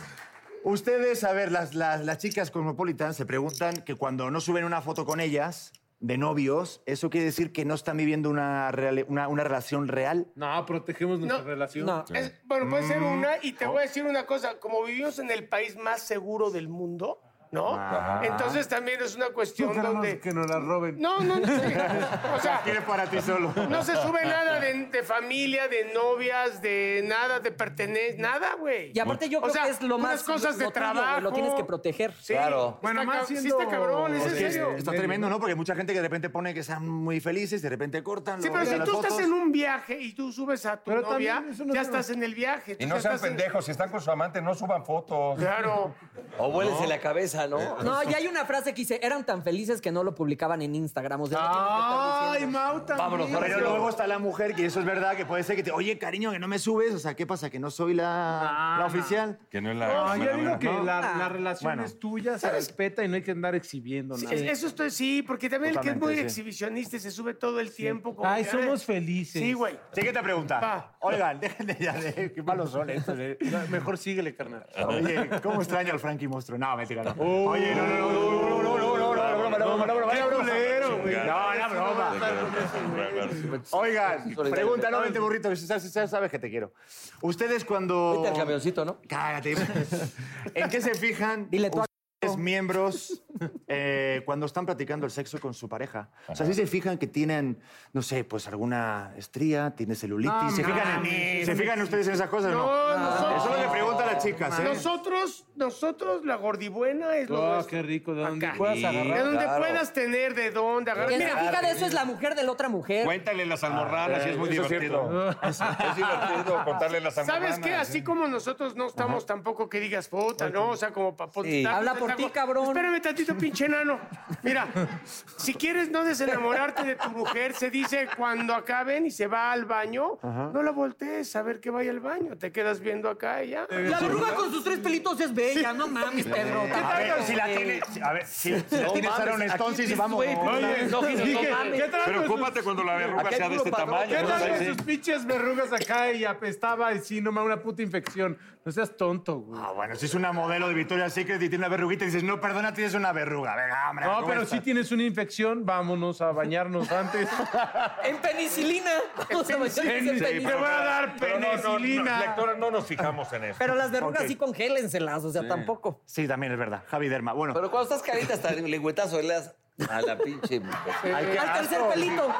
Speaker 9: Ustedes, a ver, las, las, las chicas cosmopolitan se preguntan que cuando no suben una foto con ellas de novios, ¿eso quiere decir que no están viviendo una, reale- una, una relación real?
Speaker 8: No, protegemos nuestra
Speaker 6: No,
Speaker 8: relación. Mm, oh.
Speaker 4: no.
Speaker 6: Es- bueno, puede ser una, y te voy a decir una cosa, como vivimos en el país más seguro del mundo, ¿no? Entonces también es una
Speaker 8: Yo
Speaker 6: cuestión
Speaker 8: queremos
Speaker 6: donde...
Speaker 8: que nos la roben.
Speaker 6: No, no, no. sí. O sea,
Speaker 9: Tienes para ti solo.
Speaker 6: no se sube nada de, de familia, de novias, de nada, de pertenencia, nada, güey.
Speaker 4: Y aparte yo
Speaker 6: O
Speaker 4: creo
Speaker 6: sea,
Speaker 4: que es lo
Speaker 6: unas
Speaker 4: más
Speaker 6: cosas de
Speaker 4: lo tuyo, güey, Lo
Speaker 6: trabajo.
Speaker 4: tienes que proteger.
Speaker 6: Sí,
Speaker 5: Claro.
Speaker 6: está
Speaker 8: Bueno, más
Speaker 6: cab- sí
Speaker 8: siendo-
Speaker 6: está cabrón, es en
Speaker 8: Sí,
Speaker 6: serio.
Speaker 9: Está tremendo, ¿no? Porque hay mucha gente que de repente pone que están muy felices, de repente cortan.
Speaker 6: Sí,
Speaker 9: lo
Speaker 6: pero
Speaker 9: ven
Speaker 6: si
Speaker 9: a las
Speaker 6: tú estás
Speaker 9: fotos.
Speaker 6: en un viaje y tú subes a tu
Speaker 8: Pero
Speaker 6: novia,
Speaker 8: también eso no
Speaker 6: ya
Speaker 8: es una-
Speaker 6: estás en el viaje.
Speaker 7: Y
Speaker 6: tú
Speaker 7: no
Speaker 6: ya
Speaker 7: sean
Speaker 6: estás en-
Speaker 7: pendejos, si están con su amante, no suban fotos.
Speaker 6: Claro.
Speaker 5: O vuélese la vergüenza, ¿no?
Speaker 4: No, ya hay una frase que dice, eran tan felices que no lo publicaban en Instagram. O sea, no tienen que estar
Speaker 3: Ay,
Speaker 4: diciendo.
Speaker 3: Mau también.
Speaker 5: Vámonos, ahora
Speaker 9: Pero luego está la mujer, que eso es verdad, que puede ser que te. Oye, cariño, que no me subes. O sea, ¿qué pasa? ¿Que no soy la, la oficial?
Speaker 7: Que no es la.
Speaker 3: No,
Speaker 7: no es
Speaker 3: yo
Speaker 7: la
Speaker 3: digo
Speaker 7: buena.
Speaker 3: que la, la
Speaker 4: Ah.
Speaker 3: relación
Speaker 9: Bueno.
Speaker 3: es tuya, se respeta y no hay que andar exhibiendo
Speaker 6: Sí,
Speaker 3: nada.
Speaker 6: es- Eso estoy, sí, porque también el que es muy
Speaker 9: Totalmente, sí.
Speaker 6: exhibicionista y se sube todo el tiempo. como
Speaker 3: Ay,
Speaker 6: que,
Speaker 3: somos felices.
Speaker 6: Sí, güey.
Speaker 9: Siguiente pregunta.
Speaker 6: Va.
Speaker 9: Oigan, déjenme ya de. Qué malos son estos. eh.
Speaker 8: Mejor síguele, carnal.
Speaker 9: Oye, ¿cómo extraño al Frankie Monstruo? No, mentira,
Speaker 6: Uh.
Speaker 9: no. Oye, no, no, no, no, no, no, no, no, no, broma, no, broma, no, broma, no, broma. No, era broma. Oigan, pregunta, no, vente burrito, que ya- ya sabes que te quiero. Ustedes cuando...
Speaker 5: Vete al camioncito, ¿no?
Speaker 9: Cállate. ¿En qué se fijan
Speaker 4: Dile tú a-
Speaker 6: Oh.
Speaker 9: ustedes, miembros, eh, cuando están practicando el sexo con su pareja? O sea, si se fijan que tienen, no sé, pues alguna estría, tiene celulitis,
Speaker 6: Ah, No
Speaker 9: ¿se, fijan en,
Speaker 6: mames.
Speaker 9: ¿se fijan ustedes en esas cosas o no? Ah,
Speaker 6: No, nosotros.
Speaker 9: Eso le pregunta a las chicas, ¿eh?
Speaker 6: Nosotros, nosotros, la gordibuena es lo
Speaker 8: Oh,
Speaker 6: nuestro.
Speaker 8: qué rico, de donde
Speaker 6: Acá.
Speaker 8: puedas
Speaker 6: De
Speaker 8: agarrar.
Speaker 6: donde puedas tener, de dónde agarrar.
Speaker 4: Quien se
Speaker 6: Mira,
Speaker 4: fija de eso es la mujer de la otra mujer.
Speaker 7: Cuéntale las almorranas, sí, es muy
Speaker 5: Eso es
Speaker 7: divertido. Es, es divertido contarle las almorranas.
Speaker 6: ¿Sabes qué? Así como nosotros no estamos tampoco que digas puta, ¿no? O sea, como pues, para
Speaker 4: Habla por ti, cabrón.
Speaker 6: Espérame tantito, pinche enano. Mira, si quieres no desenamorarte de tu mujer, se dice cuando acaben y se va al baño, no la voltees a ver que vaya al baño. Te quedas viendo acá y ya.
Speaker 4: La verruga con sus tres pelitos es bella, no mames, Pedro. ¿Qué
Speaker 9: A ver,
Speaker 4: pedo?
Speaker 9: si la tiene, a ver, si, si la tiene Sharon Stone, sí, sí, vamos.
Speaker 3: Dije, ¿qué tal
Speaker 7: Preocúpate cuando la verruga sea de este tamaño.
Speaker 3: ¿Qué
Speaker 7: ¿no?
Speaker 3: tal
Speaker 7: Sí.
Speaker 3: con sus pinches verrugas acá y apestaba y sí, nomás una puta infección? No seas tonto, güey.
Speaker 9: Ah, bueno, si es una modelo de Victoria's Secret y tiene una verruguita y dices, no, perdona, tienes una verruga. Venga, hombre.
Speaker 3: No,
Speaker 9: ¿cómo
Speaker 3: pero
Speaker 9: estás?
Speaker 3: si tienes una infección, vámonos a bañarnos antes.
Speaker 4: En penicilina. Vamos a bañarnos en
Speaker 3: Sí,
Speaker 4: penicilina.
Speaker 3: Te voy a dar
Speaker 7: Pero no, no, no,
Speaker 3: penicilina.
Speaker 7: lectora, no nos fijamos en eso.
Speaker 4: Pero las verrugas sí congélenselas, o sea, tampoco.
Speaker 9: Sí, también es verdad. Javi Derma. Bueno,
Speaker 5: Pero cuando estás carita, hasta el lengüetazo le das a la pinche. mujer.
Speaker 4: Al tercer pelito.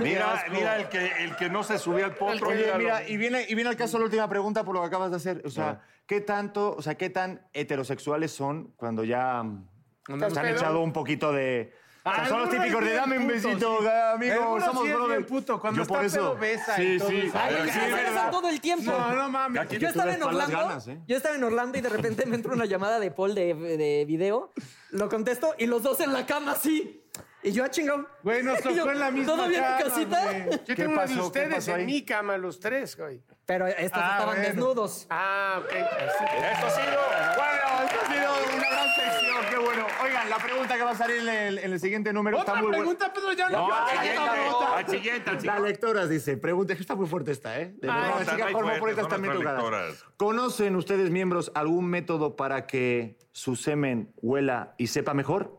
Speaker 7: Mira, mira el que, el que no se subió al potro.
Speaker 9: Oye,
Speaker 7: míralo.
Speaker 9: mira, y viene, y viene al caso la última pregunta por lo que acabas de hacer. O sea, ¿qué tanto, o sea, qué tan heterosexuales son cuando ya mm, se han
Speaker 6: pedo?
Speaker 9: echado un poquito de. O sea, son los
Speaker 3: Algunos
Speaker 9: típicos de
Speaker 3: bien
Speaker 9: dame un
Speaker 3: putos,
Speaker 9: besito,
Speaker 3: sí.
Speaker 9: ah, amigo,
Speaker 3: Algunos
Speaker 9: somos
Speaker 3: sí es bien
Speaker 9: brothers".
Speaker 3: puto, cuando
Speaker 9: Yo por
Speaker 3: está pedo,
Speaker 9: eso.
Speaker 3: besa y
Speaker 9: Sí,
Speaker 3: todo
Speaker 9: sí.
Speaker 3: eso.
Speaker 9: A
Speaker 4: Ay,
Speaker 9: ver,
Speaker 4: ya
Speaker 9: sí, es
Speaker 4: se besan
Speaker 9: verdad.
Speaker 4: todo el tiempo.
Speaker 3: No, no mames.
Speaker 7: Aquí
Speaker 4: Yo
Speaker 7: tú
Speaker 4: estaba
Speaker 7: ves
Speaker 4: en
Speaker 7: para las
Speaker 4: Orlando.
Speaker 7: ganas, ¿eh?
Speaker 4: Yo estaba en Orlando y de repente me entra una llamada de Paul de, de video. Lo contesto y los dos en la cama así. Y yo a chingado.
Speaker 3: Güey, nos
Speaker 4: Y yo,
Speaker 3: tocó en la misma
Speaker 4: ¿Todo bien
Speaker 3: cama,
Speaker 4: en casita?
Speaker 3: güey.
Speaker 6: Yo
Speaker 9: ¿Qué
Speaker 6: tengo una de
Speaker 9: pasó? ¿Qué
Speaker 6: ustedes
Speaker 9: pasó ahí?
Speaker 6: en mi cama, los tres, güey.
Speaker 4: Pero estos
Speaker 3: Ah,
Speaker 4: estaban
Speaker 3: bueno.
Speaker 4: desnudos.
Speaker 6: Ah, ok.
Speaker 7: Esto ha sido.
Speaker 9: Bueno, esto ha sido una gran sección, qué bueno. Oigan, la pregunta que va a salir en el, en el siguiente número está
Speaker 3: Otra
Speaker 9: muy buena.
Speaker 3: pregunta, Pedro, ya no.
Speaker 7: No, al
Speaker 3: Ya
Speaker 7: siguiente,
Speaker 3: está rota.
Speaker 7: al siguiente, al
Speaker 9: La
Speaker 7: siguiente.
Speaker 9: lectora dice, pregunta, que está muy fuerte esta, ¿eh? De verdad,
Speaker 7: no,
Speaker 9: las
Speaker 7: están
Speaker 9: chicas
Speaker 7: Ah, muy
Speaker 9: cosmopolitas
Speaker 7: fuertes,
Speaker 9: están bien
Speaker 7: son nuestras
Speaker 9: tocadas.
Speaker 7: lectoras.
Speaker 9: ¿Conocen ustedes, miembros, algún método para que su semen huela y sepa mejor?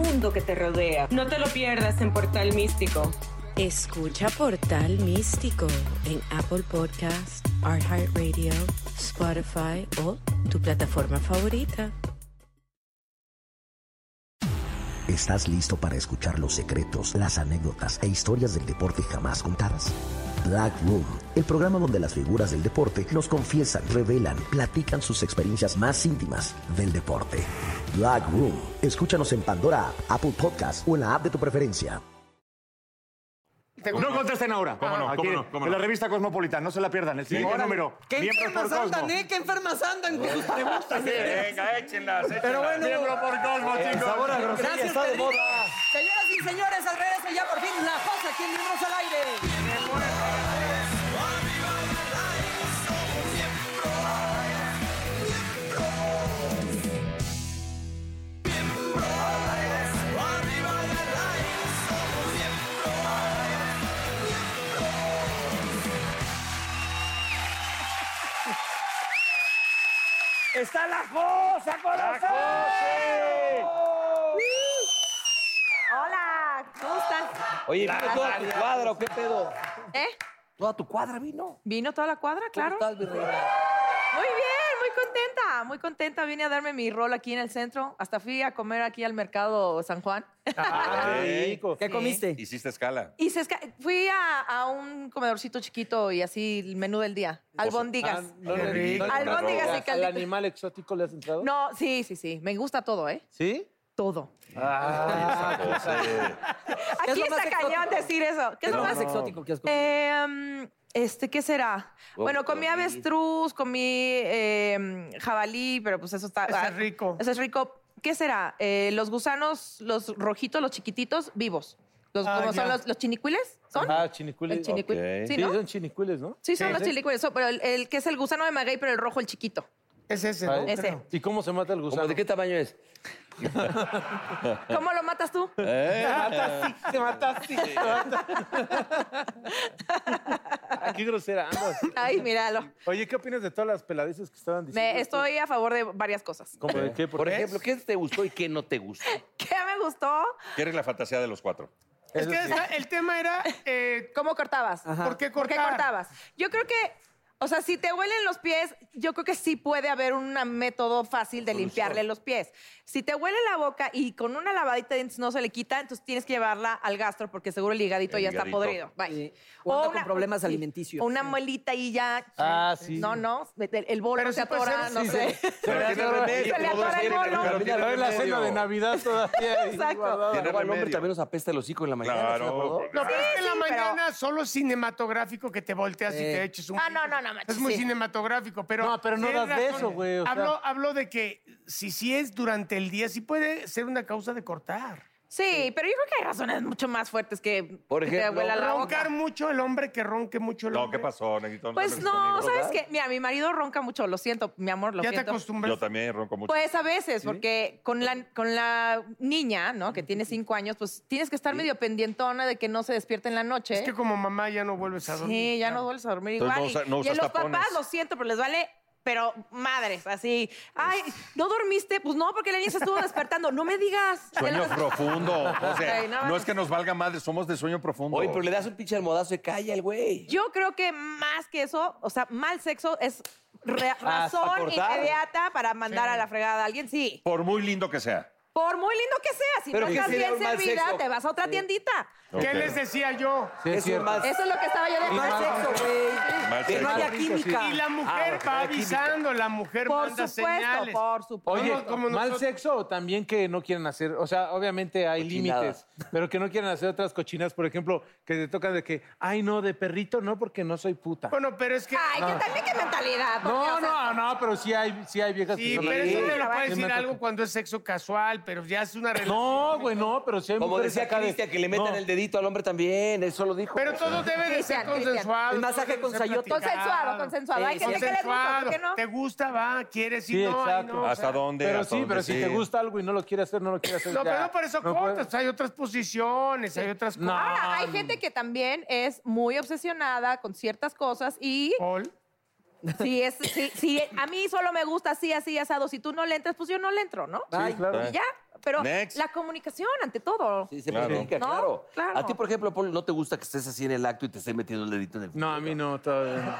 Speaker 10: mundo que te rodea. No te lo pierdas en Portal Místico.
Speaker 11: Escucha Portal Místico en Apple Podcast, iHeartRadio, Spotify o tu plataforma favorita.
Speaker 2: ¿Estás listo para escuchar los secretos, las anécdotas e historias del deporte jamás contadas? Black Room, el programa donde las figuras del deporte nos confiesan, revelan, platican sus experiencias más íntimas del deporte. Black Room, escúchanos en Pandora, App, Apple Podcast o en la app de tu preferencia.
Speaker 9: No contesten ahora.
Speaker 7: ¿Cómo no?
Speaker 9: Aquí,
Speaker 7: ¿Cómo no? ¿Cómo
Speaker 9: En
Speaker 7: no?
Speaker 9: la revista Cosmopolitan, no se la pierdan. El siguiente
Speaker 4: Órale.
Speaker 9: número.
Speaker 4: ¿Qué
Speaker 9: Miembros por
Speaker 4: enfermas andan,
Speaker 9: Cosmo.
Speaker 4: eh? ¿Qué enfermas andan con sus preguntas?
Speaker 7: Venga, échenlas, échenlas.
Speaker 4: Pero bueno,
Speaker 9: Miembro por Cosmo, chicos.
Speaker 5: Sabor a grosería,
Speaker 4: gracias,
Speaker 5: está de
Speaker 4: Pedrito.
Speaker 5: moda.
Speaker 4: Señoras y señores, al regreso ya por fin la cosa aquí en Miembros al Aire. Está
Speaker 12: a conocer! Hola, ¿cómo estás?
Speaker 5: Oye, vino toda tu cuadra, ¿o qué pedo?
Speaker 12: ¿Eh?
Speaker 5: Toda tu cuadra vino.
Speaker 12: ¿Vino toda la cuadra, claro? Muy bien, muy contenta, muy contenta. Vine a darme mi rol aquí en el centro. Hasta fui a comer aquí al mercado San Juan.
Speaker 4: ¿Qué
Speaker 12: Sí.
Speaker 4: comiste?
Speaker 7: Hiciste escala.
Speaker 12: Y se esca- fui a, a un comedorcito chiquito y así el menú del día. Albóndigas.
Speaker 8: Ah, no le- no le-
Speaker 12: Albóndigas y
Speaker 8: ¿Al
Speaker 12: caldito.
Speaker 8: animal exótico le has entrado?
Speaker 12: No, sí, sí, sí. Me gusta todo, ¿eh?
Speaker 8: ¿Sí?
Speaker 12: Todo.
Speaker 8: Ah,
Speaker 7: Esa cosa.
Speaker 12: Aquí está cañón decir eso. ¿Qué es lo más exótico
Speaker 4: que has
Speaker 12: comido? este, ¿qué será?
Speaker 7: Oh,
Speaker 4: Wow,
Speaker 12: bueno, comí avestruz, comí em, jabalí, pero pues eso está.
Speaker 6: Eso es
Speaker 12: ah,
Speaker 6: rico.
Speaker 12: Eso es rico. ¿Qué será? Eh, los gusanos, los rojitos, los chiquititos, vivos. Los,
Speaker 8: Ah,
Speaker 12: ¿Cómo
Speaker 8: ya.
Speaker 12: son los, los chinicuiles? ¿Son?
Speaker 8: Ah, chinicuiles.
Speaker 12: El chinicui-
Speaker 8: Ok.
Speaker 12: sí,
Speaker 8: Sí,
Speaker 12: ¿no?
Speaker 8: son chinicuiles, ¿no?
Speaker 12: Sí, son los chinicuiles. Son- pero el, el que es el gusano de maguey, pero el rojo, el chiquito.
Speaker 6: Es ese,
Speaker 8: Ay,
Speaker 12: Ese.
Speaker 8: ¿Y cómo se mata el gusano? ¿De qué tamaño es?
Speaker 12: ¿Cómo lo matas tú?
Speaker 8: Eh. Te mataste. Ah, qué grosera andas.
Speaker 12: Ay, míralo.
Speaker 8: Oye, ¿qué opinas de todas las peladices que estaban diciendo?
Speaker 12: Me, estoy a favor de varias cosas.
Speaker 8: ¿Cómo de qué?
Speaker 7: Por ejemplo, ¿qué te gustó y qué no te gustó?
Speaker 12: ¿Qué me gustó?
Speaker 7: ¿Qué eres la fantasía de los cuatro?
Speaker 6: Es que esta- el tema era... eh,
Speaker 12: ¿Cómo cortabas?
Speaker 6: ¿Por qué
Speaker 12: ¿Por qué
Speaker 6: cortar?
Speaker 12: cortabas? Yo creo que, o sea, si te huelen los pies, yo creo que sí puede haber un método fácil de limpiarle los pies. Si te huele la boca y con una lavadita de dientes no se le quita, entonces tienes que llevarla al gastro porque seguro el higadito
Speaker 4: El
Speaker 12: ya está
Speaker 4: higadito.
Speaker 12: podrido. Bye.
Speaker 4: O anda con
Speaker 12: una-
Speaker 4: problemas
Speaker 12: sí,
Speaker 4: alimenticios.
Speaker 12: o Una muelita y ya.
Speaker 4: Ah, sí.
Speaker 12: No, no. El, el bolo
Speaker 4: Pero
Speaker 12: se
Speaker 4: sí puede
Speaker 12: atora,
Speaker 4: ser,
Speaker 12: no
Speaker 4: sí,
Speaker 12: sé.
Speaker 4: sí. Pero
Speaker 12: Se
Speaker 4: tiene remedio,
Speaker 12: le
Speaker 4: todo
Speaker 12: atora el
Speaker 4: tiene
Speaker 12: bolo.
Speaker 4: remedio.
Speaker 8: Mira, ver la cena de Navidad todavía. ahí
Speaker 12: Exacto.
Speaker 8: guardada.
Speaker 7: Tiene
Speaker 5: Luego al hombre
Speaker 7: remedio.
Speaker 5: también nos apesta Ah, el hocico en la mañana.
Speaker 7: Claro,
Speaker 5: ¿estás de acuerdo?
Speaker 6: No, pero es que en la mañana solo cinematográfico que te volteas y
Speaker 5: Sí.
Speaker 6: te eches un...
Speaker 12: Ah, no, no, no.
Speaker 6: Es
Speaker 12: manches,
Speaker 6: muy
Speaker 12: sí.
Speaker 6: cinematográfico, pero...
Speaker 8: Eh. No, pero no
Speaker 6: tienes
Speaker 8: das de
Speaker 6: razón.
Speaker 8: eso, güey, o sea.
Speaker 6: Hablo, hablo de que si sí es durante el día, sí puede ser una causa de cortar.
Speaker 12: Sí, pero yo creo que hay razones mucho más fuertes que,
Speaker 6: Por
Speaker 12: que te huela la boca.
Speaker 6: roncar mucho el hombre que ronque mucho el
Speaker 7: No,
Speaker 6: hombre.
Speaker 7: ¿qué pasó, Neguito?
Speaker 12: Pues no, ¿sabes qué? Mira, mi marido ronca mucho, lo siento, mi amor, lo
Speaker 6: Ya te
Speaker 12: siento.
Speaker 7: Yo también ronco mucho.
Speaker 12: Pues a veces, porque con la, con la niña, ¿no? Que tiene cinco años, pues tienes que estar medio pendientona de que no se despierte en la noche.
Speaker 6: Es que como mamá ya no vuelves a dormir.
Speaker 12: sí, ya no vuelves a dormir
Speaker 6: Entonces
Speaker 12: igual.
Speaker 6: no usa-
Speaker 12: y-
Speaker 6: no
Speaker 12: y a
Speaker 6: usas
Speaker 12: los
Speaker 6: tapones.
Speaker 12: papás, lo siento, pero les vale, pero madres, así. Ay, ¿no dormiste? Pues no, porque la niña se estuvo despertando. No me digas.
Speaker 7: Sueño profundo. O sea,
Speaker 12: Ay, no,
Speaker 7: no
Speaker 12: no.
Speaker 7: es que nos valga madre, somos de sueño profundo.
Speaker 5: Oye, pero le das un pinche almodazo y calla el güey.
Speaker 12: Yo creo que más que eso, o sea, mal sexo es re-
Speaker 7: Ah, hasta
Speaker 12: razón
Speaker 7: cortar.
Speaker 12: inmediata para mandar
Speaker 7: Sí.
Speaker 12: a la fregada a alguien, sí.
Speaker 7: Por muy lindo que sea.
Speaker 12: Por muy lindo que sea, si
Speaker 7: Pero
Speaker 12: no
Speaker 7: que
Speaker 12: estás
Speaker 7: sí da
Speaker 12: bien
Speaker 7: un mal
Speaker 12: servida,
Speaker 7: sexo.
Speaker 12: te vas a otra tiendita.
Speaker 6: ¿Qué les decía yo?
Speaker 8: Sí, es
Speaker 6: Eso
Speaker 8: cierto.
Speaker 6: mal-
Speaker 12: Eso es lo que estaba yo de
Speaker 6: Y
Speaker 12: mal
Speaker 6: mal
Speaker 12: sexo,
Speaker 6: sexo.
Speaker 12: güey.
Speaker 7: Mal sexo.
Speaker 6: Y la
Speaker 8: Ah,
Speaker 6: mujer va avisando, la mujer
Speaker 12: Por
Speaker 6: manda
Speaker 12: supuesto,
Speaker 6: señales.
Speaker 12: por supuesto.
Speaker 8: Oye,
Speaker 12: Como- como
Speaker 8: mal
Speaker 12: nosotros-
Speaker 8: sexo o también que no quieren hacer, o sea, obviamente hay límites,
Speaker 5: Cochinadas.
Speaker 8: pero que no quieren hacer otras cochinas, por ejemplo, que te tocan de que, ay, no, de perrito no, porque no soy puta.
Speaker 6: Bueno, pero es que...
Speaker 12: Ay,
Speaker 8: No.
Speaker 12: que también qué mentalidad. eh. porque,
Speaker 8: No,
Speaker 12: o sea,
Speaker 8: no, no, pero sí hay, sí hay viejas que
Speaker 6: Sí,
Speaker 8: son
Speaker 6: pero
Speaker 8: así.
Speaker 6: eso te lo
Speaker 8: Sí me
Speaker 6: puede decir
Speaker 8: ha
Speaker 6: algo cuando es sexo casual, pero ya es una relación.
Speaker 8: No, güey, no, pero sí hay
Speaker 5: Como
Speaker 8: mujeres
Speaker 5: decía
Speaker 8: acá de-
Speaker 5: Cristian, que le metan
Speaker 8: No.
Speaker 5: el dedito al hombre también, eso lo dijo.
Speaker 6: Pero todo debe de ser
Speaker 12: Cristian, Cristian.
Speaker 6: consensuado.
Speaker 12: El masaje
Speaker 6: todo debe de
Speaker 12: con
Speaker 6: ser
Speaker 12: sayote.
Speaker 6: platicado.
Speaker 12: Consensuado, consensuado. Hay gente que le gusta,
Speaker 6: Consensuado.
Speaker 12: ¿por qué no?
Speaker 6: ¿Te gusta? Va, quieres
Speaker 8: Sí,
Speaker 6: y no, ay,
Speaker 8: exacto.
Speaker 6: no. o sea,
Speaker 8: Pero sí, pero si te gusta algo y no lo quieres hacer, no lo quieres hacer.
Speaker 6: No,
Speaker 8: ya.
Speaker 6: pero no por eso
Speaker 8: No puedes-
Speaker 6: cortas. Hay otras posiciones, hay otras cosas.
Speaker 8: Ah, No.
Speaker 12: Ahora, hay gente que también es muy obsesionada con ciertas cosas y... Sí, es, sí, sí, a mí solo me gusta así, así, asado. Si tú no le entras, pues yo no le entro, ¿no?
Speaker 5: Sí, Ay. claro.
Speaker 12: Y ya, pero
Speaker 5: Next.
Speaker 12: la comunicación ante todo.
Speaker 5: Sí, se
Speaker 12: ¿No?
Speaker 5: platica, claro.
Speaker 12: Claro.
Speaker 5: A ti, por ejemplo, Paul, ¿no te gusta que estés así en el acto y te esté metiendo el dedito en el...
Speaker 8: No, a mí no, todavía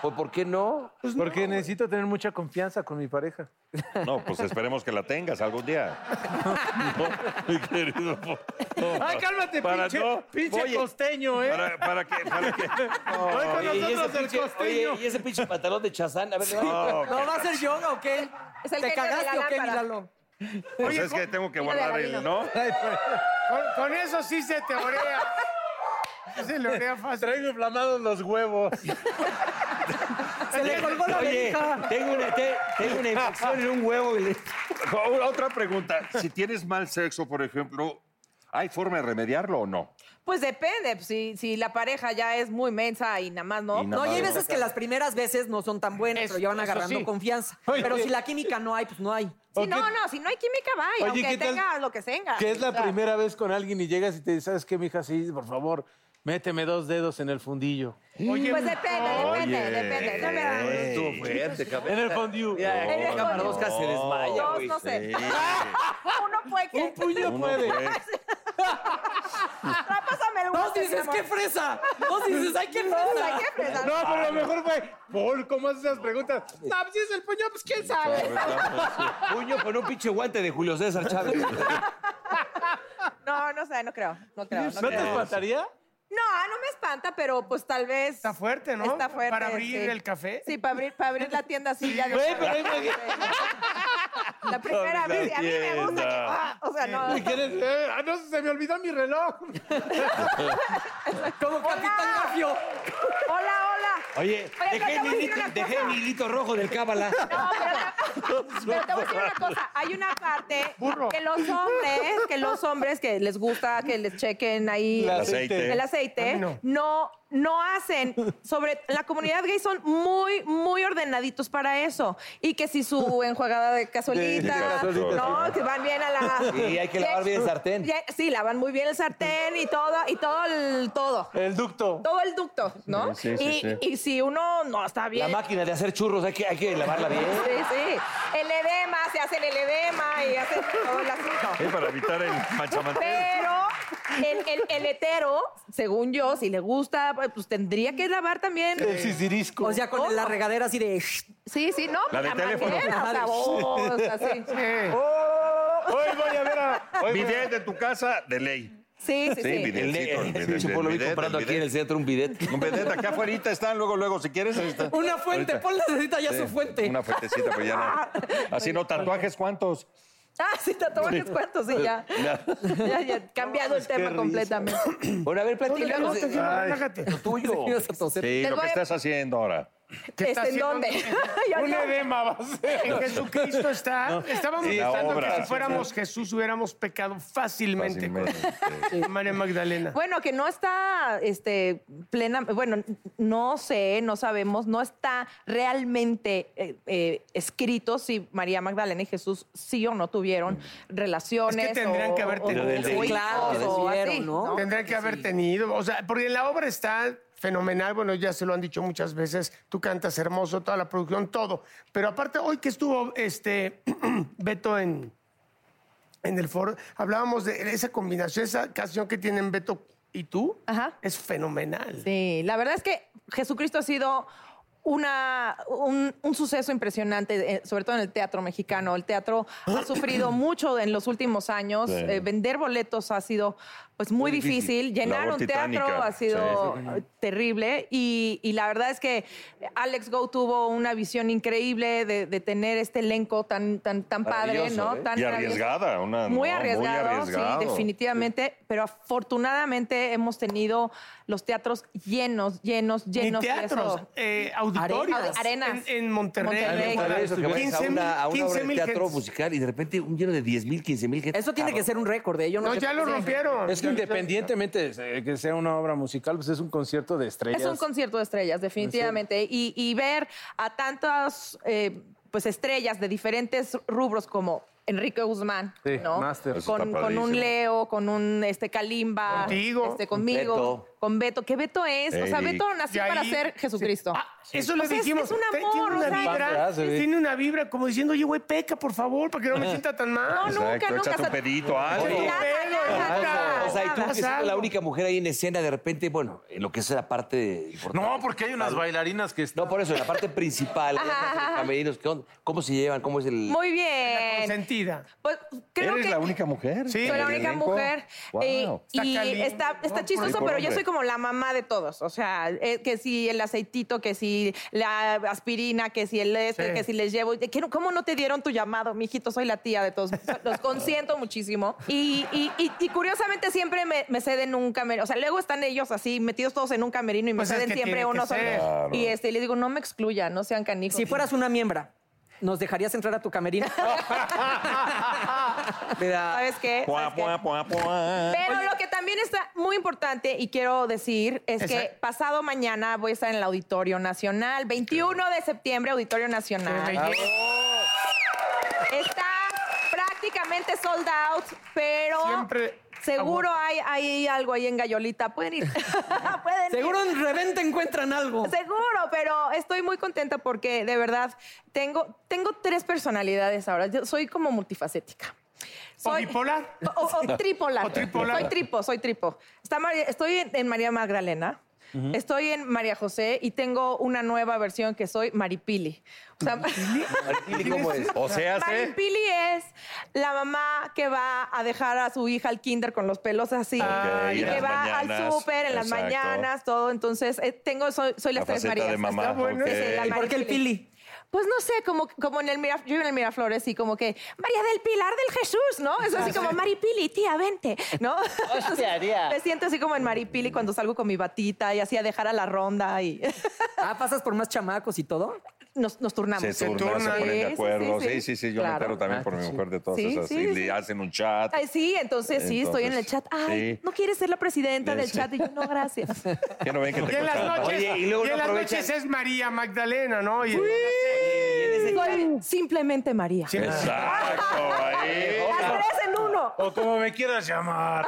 Speaker 5: ¿O por qué no?
Speaker 8: Porque necesito tener mucha confianza con mi pareja.
Speaker 7: No, pues esperemos que la tengas algún día. No, mi querido. po- no,
Speaker 8: Ay, cálmate, pinche- pinche costeño, ¿eh?
Speaker 7: Para, para que, para que.
Speaker 8: Ay, con
Speaker 5: Oye, y
Speaker 8: nosotros
Speaker 5: ese
Speaker 8: el
Speaker 5: pinche-
Speaker 8: costeño.
Speaker 5: oye, y ese pinche pantalón de chazán, a ver,
Speaker 7: No,
Speaker 5: le va-
Speaker 7: ¿No
Speaker 4: ¿Va a ser yoga o qué?
Speaker 12: Es el genio
Speaker 4: ¿Te
Speaker 12: de la
Speaker 4: cagaste o qué,
Speaker 12: lámpara.
Speaker 4: Míralo?
Speaker 7: Pues es que tengo que
Speaker 12: Mira,
Speaker 7: guardar
Speaker 12: Gabino.
Speaker 7: el, ¿no?
Speaker 6: Con, con eso sí se te orea. Sí Se le orea fácil.
Speaker 8: Traigo inflamados los huevos.
Speaker 4: Se le colgó la
Speaker 5: Oye,
Speaker 4: oreja.
Speaker 5: tengo una, te- tengo una infección en un huevo. y le-
Speaker 7: O- Otra pregunta. Si tienes mal sexo, por ejemplo, ¿hay forma de remediarlo o no?
Speaker 12: Pues depende, pues, si, si la pareja ya es muy mensa y nada más, ¿no?
Speaker 7: Y nada
Speaker 4: No, y hay
Speaker 7: más.
Speaker 4: veces que las primeras veces no son tan buenas, pero ya van
Speaker 8: eso
Speaker 4: agarrando
Speaker 8: sí.
Speaker 4: confianza.
Speaker 8: Oye.
Speaker 4: Pero si la química no hay, pues no hay.
Speaker 12: Sí, no, no, si no hay química, vaya,
Speaker 8: Oye,
Speaker 12: aunque
Speaker 8: ¿qué tal
Speaker 12: tenga lo que tenga.
Speaker 8: Que es
Speaker 12: O
Speaker 8: la
Speaker 12: sea,
Speaker 8: primera vez con alguien y llegas y te dices, ¿sabes qué, mija? Sí, por favor, Méteme dos dedos en el fundillo.
Speaker 12: pues depende, depende, depende. depende.
Speaker 8: Estuvo fuerte, cabrón. En el fondue.
Speaker 12: En el fondue.
Speaker 5: Camarosca se desmaya,
Speaker 12: Dos,
Speaker 5: güey.
Speaker 12: no sé.
Speaker 5: Sí.
Speaker 12: Uno puede que... Un
Speaker 5: puño Uno puede. puede.
Speaker 12: Ah, Pásame el
Speaker 5: Dos dices, ¿qué fresa? Dos dices, ¡ay, qué
Speaker 12: fresa! ¡Ay, qué fresa!
Speaker 3: No, pero lo mejor fue, Paul, ¿cómo haces esas preguntas? No, pues si es el puño, pues quién sabe.
Speaker 5: Puño con un pinche guante de Julio César Chávez.
Speaker 12: No, no sé, no creo. No creo.
Speaker 8: ¿No te
Speaker 12: creo.
Speaker 8: espantaría?
Speaker 12: No, no me espanta, pero pues tal vez. Está
Speaker 6: fuerte, ¿no?
Speaker 12: Está fuerte.
Speaker 6: Para abrir
Speaker 12: sí.
Speaker 6: el café.
Speaker 12: Sí, para abrir, para abrir la tienda así ya.
Speaker 6: Güey, pero imagínate.
Speaker 12: La primera vez, y a mí me gusta que. ah, o sea, no.
Speaker 3: ¿Me quieres? Eh, ah, no, se me olvidó mi reloj.
Speaker 5: Como Capitán Garfio.
Speaker 12: Hola, hola.
Speaker 5: Oye,
Speaker 12: pero
Speaker 5: dejé
Speaker 12: te voy a
Speaker 5: mi,
Speaker 12: decir
Speaker 5: hilito,
Speaker 12: una
Speaker 5: dejé
Speaker 12: cosa.
Speaker 5: mi hilito rojo del cábala.
Speaker 12: No, pero, pero te voy a decir una cosa. Hay una parte que los hombres, que los hombres que les gusta que les chequen ahí
Speaker 5: El aceite.
Speaker 12: el
Speaker 5: A
Speaker 12: aceite,
Speaker 5: mí no.
Speaker 12: no. no hacen sobre la comunidad gay son muy muy ordenaditos para eso y que si su enjuagada de
Speaker 5: De- de
Speaker 12: cazuelita,
Speaker 5: cazuelita, sí.
Speaker 12: no, que van bien a la
Speaker 5: Sí, hay que lavar bien el sartén.
Speaker 12: Ya- sí, lavan muy bien el sartén y todo y todo el todo.
Speaker 8: El ducto.
Speaker 12: Todo el ducto, ¿no?
Speaker 5: Sí, sí,
Speaker 12: y,
Speaker 5: sí, sí.
Speaker 12: y si uno no está
Speaker 5: La
Speaker 12: bien
Speaker 5: máquina de hacer churros, hay que, hay que lavarla bien.
Speaker 12: Sí, sí. El edema, se hace el edema y hace todo el asunto.
Speaker 7: Eh, para evitar el manchamantel.
Speaker 12: Pero el, el, el hetero, según yo, si le gusta, pues tendría que lavar también.
Speaker 5: El
Speaker 8: sisirisco.
Speaker 4: O sea, con la regadera así de...
Speaker 12: Sí, sí, no.
Speaker 4: La de teléfono.
Speaker 12: manguera, o sea, vos, así.
Speaker 3: Hoy voy a ver a...
Speaker 7: Bidet de tu casa, de ley.
Speaker 12: Sí, sí,
Speaker 7: Sí,
Speaker 12: sí.
Speaker 7: bidet.
Speaker 5: El
Speaker 7: Sí, con el bidet,
Speaker 5: pinche
Speaker 7: el
Speaker 5: Polo, vi
Speaker 7: bidet,
Speaker 5: comprando
Speaker 7: el
Speaker 5: aquí en el centro un bidet.
Speaker 7: Un bidet acá afuera están, luego, luego, si quieres. ahí está.
Speaker 5: Una fuente,
Speaker 7: Ahorita.
Speaker 5: Paul necesita ya su fuente.
Speaker 7: Una fuentecita, pues ya no. Así no, tatuajes, ¿cuántos?
Speaker 12: Ah, sí, tatuajes
Speaker 7: Sí.
Speaker 12: cuántos, sí, ya.
Speaker 7: Ya.
Speaker 12: Ya, ya, cambiado el tema completamente.
Speaker 5: Bueno, a ver,
Speaker 12: No,
Speaker 5: platícanos.
Speaker 12: no, te-
Speaker 5: Ay,
Speaker 12: relájate.
Speaker 5: Lo tuyo.
Speaker 7: Sí,
Speaker 12: Les
Speaker 7: lo
Speaker 12: voy
Speaker 7: que
Speaker 12: a-
Speaker 7: estás haciendo ahora.
Speaker 12: Este,
Speaker 6: está
Speaker 12: ¿En
Speaker 6: haciendo?
Speaker 12: dónde? Ya,
Speaker 6: Un
Speaker 12: ya.
Speaker 6: edema va a ser. En Jesucristo está.
Speaker 7: No.
Speaker 6: Estábamos
Speaker 7: Sí, la
Speaker 6: pensando
Speaker 7: obra.
Speaker 6: que si fuéramos Jesús hubiéramos pecado fácilmente, con- con María Magdalena.
Speaker 12: Bueno, que no está este, plena, bueno, no sé, no sabemos, no está realmente eh, eh, escrito si María Magdalena y Jesús sí o no tuvieron relaciones.
Speaker 6: Es Mm. que tendrían
Speaker 12: o-
Speaker 6: que haber
Speaker 12: o-
Speaker 6: tenido.
Speaker 12: o hijos o así, ¿no?
Speaker 6: Tendrían que haber tenido. O sea, porque la obra está fenomenal. Bueno, ya se lo han dicho muchas veces. Tú cantas hermoso, toda la producción, todo. Pero aparte, hoy que estuvo este Beto en, en el foro, hablábamos de esa combinación, esa canción que tienen Beto y tú. Es fenomenal.
Speaker 12: Sí, la verdad es que Jesucristo ha sido una, un, un suceso impresionante, eh, sobre todo en el teatro mexicano. El teatro ha sufrido mucho en los últimos años.
Speaker 7: Sí.
Speaker 12: Eh, vender boletos ha sido pues muy, difícil.
Speaker 7: difícil.
Speaker 12: Llenar
Speaker 7: Labor
Speaker 12: un teatro
Speaker 7: titánica.
Speaker 12: ha sido
Speaker 7: Sí.
Speaker 12: eh, terrible. Y, y la verdad es que Alex Go tuvo una visión increíble de, de tener este elenco tan, tan, tan padre,
Speaker 7: Maravilloso,
Speaker 12: ¿no?
Speaker 7: ¿eh?
Speaker 12: Tan
Speaker 7: Y
Speaker 12: maravilloso.
Speaker 7: arriesgada, una-
Speaker 12: muy,
Speaker 7: no, muy
Speaker 12: arriesgado,
Speaker 7: arriesgado.
Speaker 12: sí, definitivamente. Pero afortunadamente hemos tenido los teatros llenos, llenos, llenos.
Speaker 6: Ni
Speaker 12: y eso-
Speaker 6: teatros, eh, auditorios.
Speaker 12: Arenas. Arenas.
Speaker 6: En, en Monterrey.
Speaker 12: Monterrey.
Speaker 5: Para eso, que vayas
Speaker 6: 15
Speaker 5: a una, a una obra de
Speaker 6: 15,000
Speaker 5: teatro
Speaker 6: gentes.
Speaker 5: musical y de repente un lleno de 10 mil, 15 mil gente.
Speaker 4: Eso tiene que ser un récord, ¿eh? Yo no,
Speaker 6: No,
Speaker 4: sé
Speaker 6: ya
Speaker 4: por
Speaker 6: lo
Speaker 4: qué.
Speaker 6: rompieron.
Speaker 8: Es que independientemente de que sea una obra musical, pues es un concierto de estrellas.
Speaker 12: Es un concierto de estrellas, definitivamente. Y, y ver a tantas eh, pues estrellas de diferentes rubros como Enrique Guzmán,
Speaker 8: Sí,
Speaker 12: ¿no?
Speaker 8: máster. Eso
Speaker 12: Con,
Speaker 8: está
Speaker 12: con un
Speaker 8: padrísimo.
Speaker 12: Leo, con un este Kalimba,
Speaker 6: Contigo.
Speaker 12: este, conmigo,
Speaker 6: Beto.
Speaker 12: con Beto. ¿Qué Beto es? O sea,
Speaker 6: Ey.
Speaker 12: Beto nació
Speaker 6: Y ahí-
Speaker 12: para ser Jesucristo.
Speaker 6: Ah, Eso
Speaker 12: O
Speaker 6: le
Speaker 12: sea, es-
Speaker 6: dijimos.
Speaker 12: Es,
Speaker 6: Te-
Speaker 12: un amor.
Speaker 6: Tiene
Speaker 12: o
Speaker 6: una
Speaker 12: sea,
Speaker 4: Ah,
Speaker 6: vibra,
Speaker 8: Pamperas, sí.
Speaker 6: tiene una vibra como diciendo, oye, güey, peca, por favor, para que no me sienta tan mal.
Speaker 12: No, nunca,
Speaker 7: Exacto,
Speaker 12: nunca.
Speaker 7: échate un
Speaker 12: o sea,
Speaker 7: pedito, algo.
Speaker 12: Nada, nada, nada,
Speaker 5: O sea, y tú
Speaker 12: nada.
Speaker 5: que siendo la única mujer ahí en escena, de repente, bueno, en lo que es la parte importante.
Speaker 8: No, porque hay unas bailarinas que están.
Speaker 5: No, por eso, en la parte principal, en
Speaker 12: Ajá,
Speaker 5: los
Speaker 12: ajá.
Speaker 5: camerinos, ¿qué onda? ¿cómo se llevan? ¿Cómo es el...?
Speaker 12: Muy bien.
Speaker 6: Sentida.
Speaker 12: Pues creo
Speaker 7: ¿Eres
Speaker 12: que
Speaker 7: la única mujer?
Speaker 12: soy la única mujer. eh, y
Speaker 6: Está
Speaker 12: está,
Speaker 6: caliente,
Speaker 12: está
Speaker 6: ¿no?
Speaker 12: chistoso,
Speaker 7: Por
Speaker 12: pero yo
Speaker 7: hombre.
Speaker 12: soy como la mamá de todos. O sea, eh, que si el aceitito, que si la aspirina, que si el este,
Speaker 6: Sí.
Speaker 12: que si les llevo. Eh, que no- ¿Cómo no te dieron tu llamado, mijito? Soy la tía de todos. Los consiento muchísimo. Y, y- y- y curiosamente siempre me, me ceden un camerino. O sea, luego están ellos así, metidos todos en un camerino y me
Speaker 6: Pues es
Speaker 12: ceden
Speaker 6: que
Speaker 12: siempre
Speaker 6: tiene que
Speaker 12: uno solo.
Speaker 6: ser.
Speaker 7: Claro.
Speaker 12: Y este, y les digo, no me excluyan, no sean canijos.
Speaker 4: Si fueras una miembra, ¿nos dejarías entrar a tu camerino? Mira,
Speaker 12: ¿Sabes qué?
Speaker 7: Puá,
Speaker 12: ¿Sabes qué?
Speaker 7: puá, puá, puá.
Speaker 12: Pero lo que también está muy importante y quiero decir es que
Speaker 6: Exacto.
Speaker 12: pasado mañana voy a estar en el Auditorio Nacional, 21 de septiembre, Auditorio Nacional.
Speaker 6: Qué belleza.
Speaker 12: Está prácticamente Totalmente sold out, pero seguro hay, hay algo ahí en Gallolita. Pueden ir. Pueden
Speaker 4: Seguro en reventa encuentran algo.
Speaker 12: Seguro, pero estoy muy contenta porque de verdad tengo, tengo tres personalidades ahora. Yo soy como multifacética. Soy,
Speaker 6: bipolar?
Speaker 12: O, o- o tripolar.
Speaker 6: O tripolar.
Speaker 12: Soy tripo, soy tripo. Está María- estoy en, en María Magdalena.
Speaker 6: Ujú.
Speaker 12: Estoy en María José y tengo una nueva versión que soy Maripili. O sea,
Speaker 5: ¿Maripili cómo es? O sea, ¿sí?
Speaker 12: Maripili es la mamá que va a dejar a su hija al kinder con los pelos así.
Speaker 7: Ok,
Speaker 12: y
Speaker 7: en
Speaker 12: que
Speaker 7: las
Speaker 12: va al
Speaker 7: mañanas,
Speaker 12: súper en las
Speaker 7: exacto.
Speaker 12: mañanas, todo. Entonces, eh, tengo, soy, soy las
Speaker 7: La
Speaker 12: tres
Speaker 7: faceta
Speaker 12: Marías.
Speaker 7: de mamá, Está bueno. ok.
Speaker 12: Sí, la
Speaker 7: ¿Y por qué el
Speaker 12: Maripili. Pues no sé, como, como en el Mira- yo vivo en el Miraflores y como que María del Pilar del Jesús, ¿no? Es
Speaker 7: Ah,
Speaker 12: así como Maripili, tía, vente, ¿no?
Speaker 13: Hostia, haría.
Speaker 12: Me siento así como en Maripili cuando salgo con mi batita y así a dejar a la ronda y
Speaker 4: Ah, pasas por más chamacos y todo.
Speaker 12: nos, nos turnamos.
Speaker 7: pues, Se turnan, se ponen de acuerdo. Sí, sí, sí. yo me
Speaker 12: Claro.
Speaker 7: entero también
Speaker 12: Ah,
Speaker 7: por mi mujer de todas
Speaker 12: Sí,
Speaker 7: esas.
Speaker 12: sí,
Speaker 7: y
Speaker 12: sí.
Speaker 7: le hacen un chat.
Speaker 12: Ay, sí, entonces sí, estoy en el
Speaker 7: Entonces,
Speaker 12: chat. Ay,
Speaker 7: sí.
Speaker 12: ¿no quieres ser la presidenta del
Speaker 7: Sí.
Speaker 12: chat? Y yo, no, gracias.
Speaker 7: Que no ven que te
Speaker 6: Y en las
Speaker 7: cuesta.
Speaker 6: noches,
Speaker 7: Oye, y luego
Speaker 6: y
Speaker 7: no
Speaker 6: en las
Speaker 7: aprovechan.
Speaker 6: noches es María Magdalena, ¿no? Y-
Speaker 12: Soy simplemente María.
Speaker 7: Exacto, ahí.
Speaker 12: Las tres en uno.
Speaker 3: O como me quieras llamar.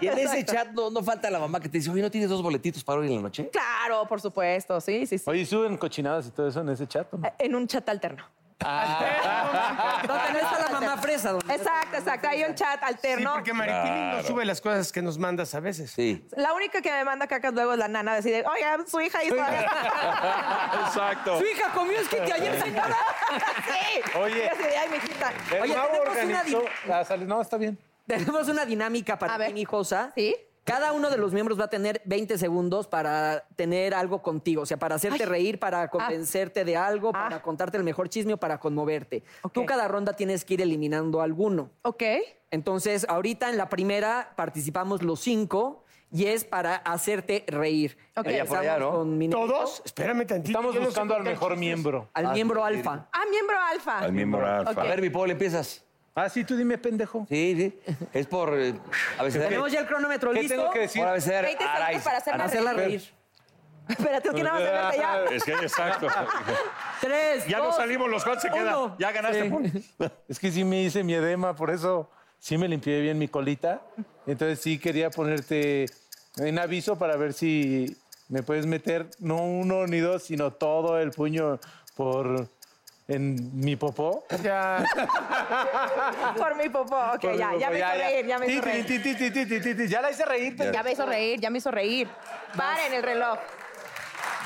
Speaker 5: Y en ese chat no, no falta la mamá que te dice, oye, ¿no tienes dos boletitos para hoy en la noche?
Speaker 12: Claro, por supuesto, sí, sí, sí.
Speaker 8: Oye, ¿y ¿suben cochinadas y todo eso en ese chat? o no?
Speaker 12: En un chat alterno.
Speaker 4: Donde Ah, no está la mamá fresa. donde no está
Speaker 12: Exacto, exacto. Hay un chat
Speaker 6: Sí,
Speaker 12: alterno.
Speaker 6: porque Maripili no sube las cosas que nos mandas a veces.
Speaker 5: Sí.
Speaker 12: La única que me manda cacas luego es la nana. Decide, oiga, su hija hizo
Speaker 3: Exacto.
Speaker 4: Su hija comió es que ayer, señora.
Speaker 12: sí.
Speaker 3: Oye.
Speaker 12: Y así de, "Ay, mijita".
Speaker 3: El
Speaker 4: Oye,
Speaker 3: Mau
Speaker 4: tenemos una
Speaker 3: organizó la sal- No, está bien.
Speaker 4: Tenemos una dinámica para ti, mi Josa.
Speaker 12: Sí.
Speaker 4: Cada uno de los miembros va a tener 20 segundos para tener algo contigo, o sea, para hacerte reír, para convencerte de algo, para contarte el mejor chisme o para conmoverte. Tú cada ronda tienes que ir eliminando alguno.
Speaker 12: Ok.
Speaker 4: Entonces, ahorita en la primera participamos los cinco y es para hacerte reír.
Speaker 12: Ok.
Speaker 6: Allá por allá,
Speaker 4: Empezamos
Speaker 6: ¿no?
Speaker 4: con mi negrito.
Speaker 6: ¿Todos? Espérame tantito.
Speaker 4: Estamos
Speaker 6: yo no sé
Speaker 4: buscando al
Speaker 6: contar
Speaker 4: mejor
Speaker 6: chistes.
Speaker 4: miembro. Al Ah, miembro sí. alfa.
Speaker 12: Ah, miembro alfa.
Speaker 5: Al miembro
Speaker 12: alfa.
Speaker 5: A ver, mi Paul, empiezas.
Speaker 8: Ah, sí, tú dime, pendejo.
Speaker 5: Sí, sí. Es por. eh, abecedario.
Speaker 4: Tenemos ya el cronómetro
Speaker 5: ¿Qué
Speaker 4: listo.
Speaker 5: tengo que decir?
Speaker 4: Por abecedario.
Speaker 12: 20 segundos
Speaker 5: Araiz.
Speaker 12: para hacerla
Speaker 5: Araiz.
Speaker 4: Hacerla reír.
Speaker 12: Espérate, es que nada más de verte ya.
Speaker 7: Es que exacto.
Speaker 4: Tres.
Speaker 7: Ya no
Speaker 4: dos,
Speaker 7: salimos, los cuatro se quedan.
Speaker 4: uno.
Speaker 7: Ya ganaste.
Speaker 8: Sí.
Speaker 7: Paul.
Speaker 8: Es que sí me hice mi edema, por eso sí me limpié bien mi colita. Entonces sí quería ponerte en aviso para ver si me puedes meter no uno ni dos, sino todo el puño por en mi popó.
Speaker 6: Ya.
Speaker 12: Por mi popó. Ok,
Speaker 8: Por mi
Speaker 12: ya, ya
Speaker 8: popó,
Speaker 12: me hizo reír, ya me
Speaker 8: Ti,
Speaker 12: hizo
Speaker 8: ti,
Speaker 12: reír.
Speaker 8: ti, ti, ti, ti, ti, ti, Ya la hice reír. pendejo.
Speaker 12: Ya me hizo reír, ya me hizo reír. Paren el reloj.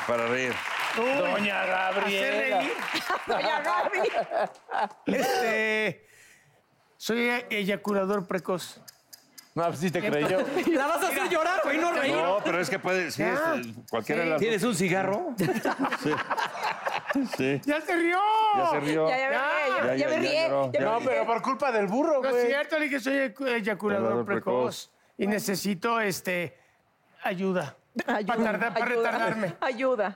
Speaker 7: Para reír.
Speaker 8: Doña Gabriela.
Speaker 12: Doña Gaby.
Speaker 6: Este. Soy eyaculador precoz.
Speaker 8: No, pues sí te creí yo.
Speaker 4: La vas a hacer llorar, güey, no reír.
Speaker 7: No, pero es que puede. Sí,
Speaker 6: Ya.
Speaker 7: es- cualquiera de las.
Speaker 5: ¿Tienes un cigarro?
Speaker 7: Sí.
Speaker 6: ¡Ya se rió!
Speaker 7: Ya se rió.
Speaker 12: Ya, ya me rié, yo-
Speaker 7: Ya,
Speaker 12: ya
Speaker 7: ya,
Speaker 12: me
Speaker 7: ya
Speaker 12: rié.
Speaker 7: lloró.
Speaker 12: ya me
Speaker 8: No,
Speaker 12: rié.
Speaker 8: pero por culpa del burro,
Speaker 6: No es
Speaker 8: güey.
Speaker 6: cierto, le dije soy eyacu- eyaculador
Speaker 7: Eyaculador
Speaker 6: precoz.
Speaker 7: precoz.
Speaker 6: Y necesito, este. Ayuda.
Speaker 12: Ayuda,
Speaker 6: Para tardar, para
Speaker 12: ayuda,
Speaker 6: retardarme.
Speaker 12: Ayuda.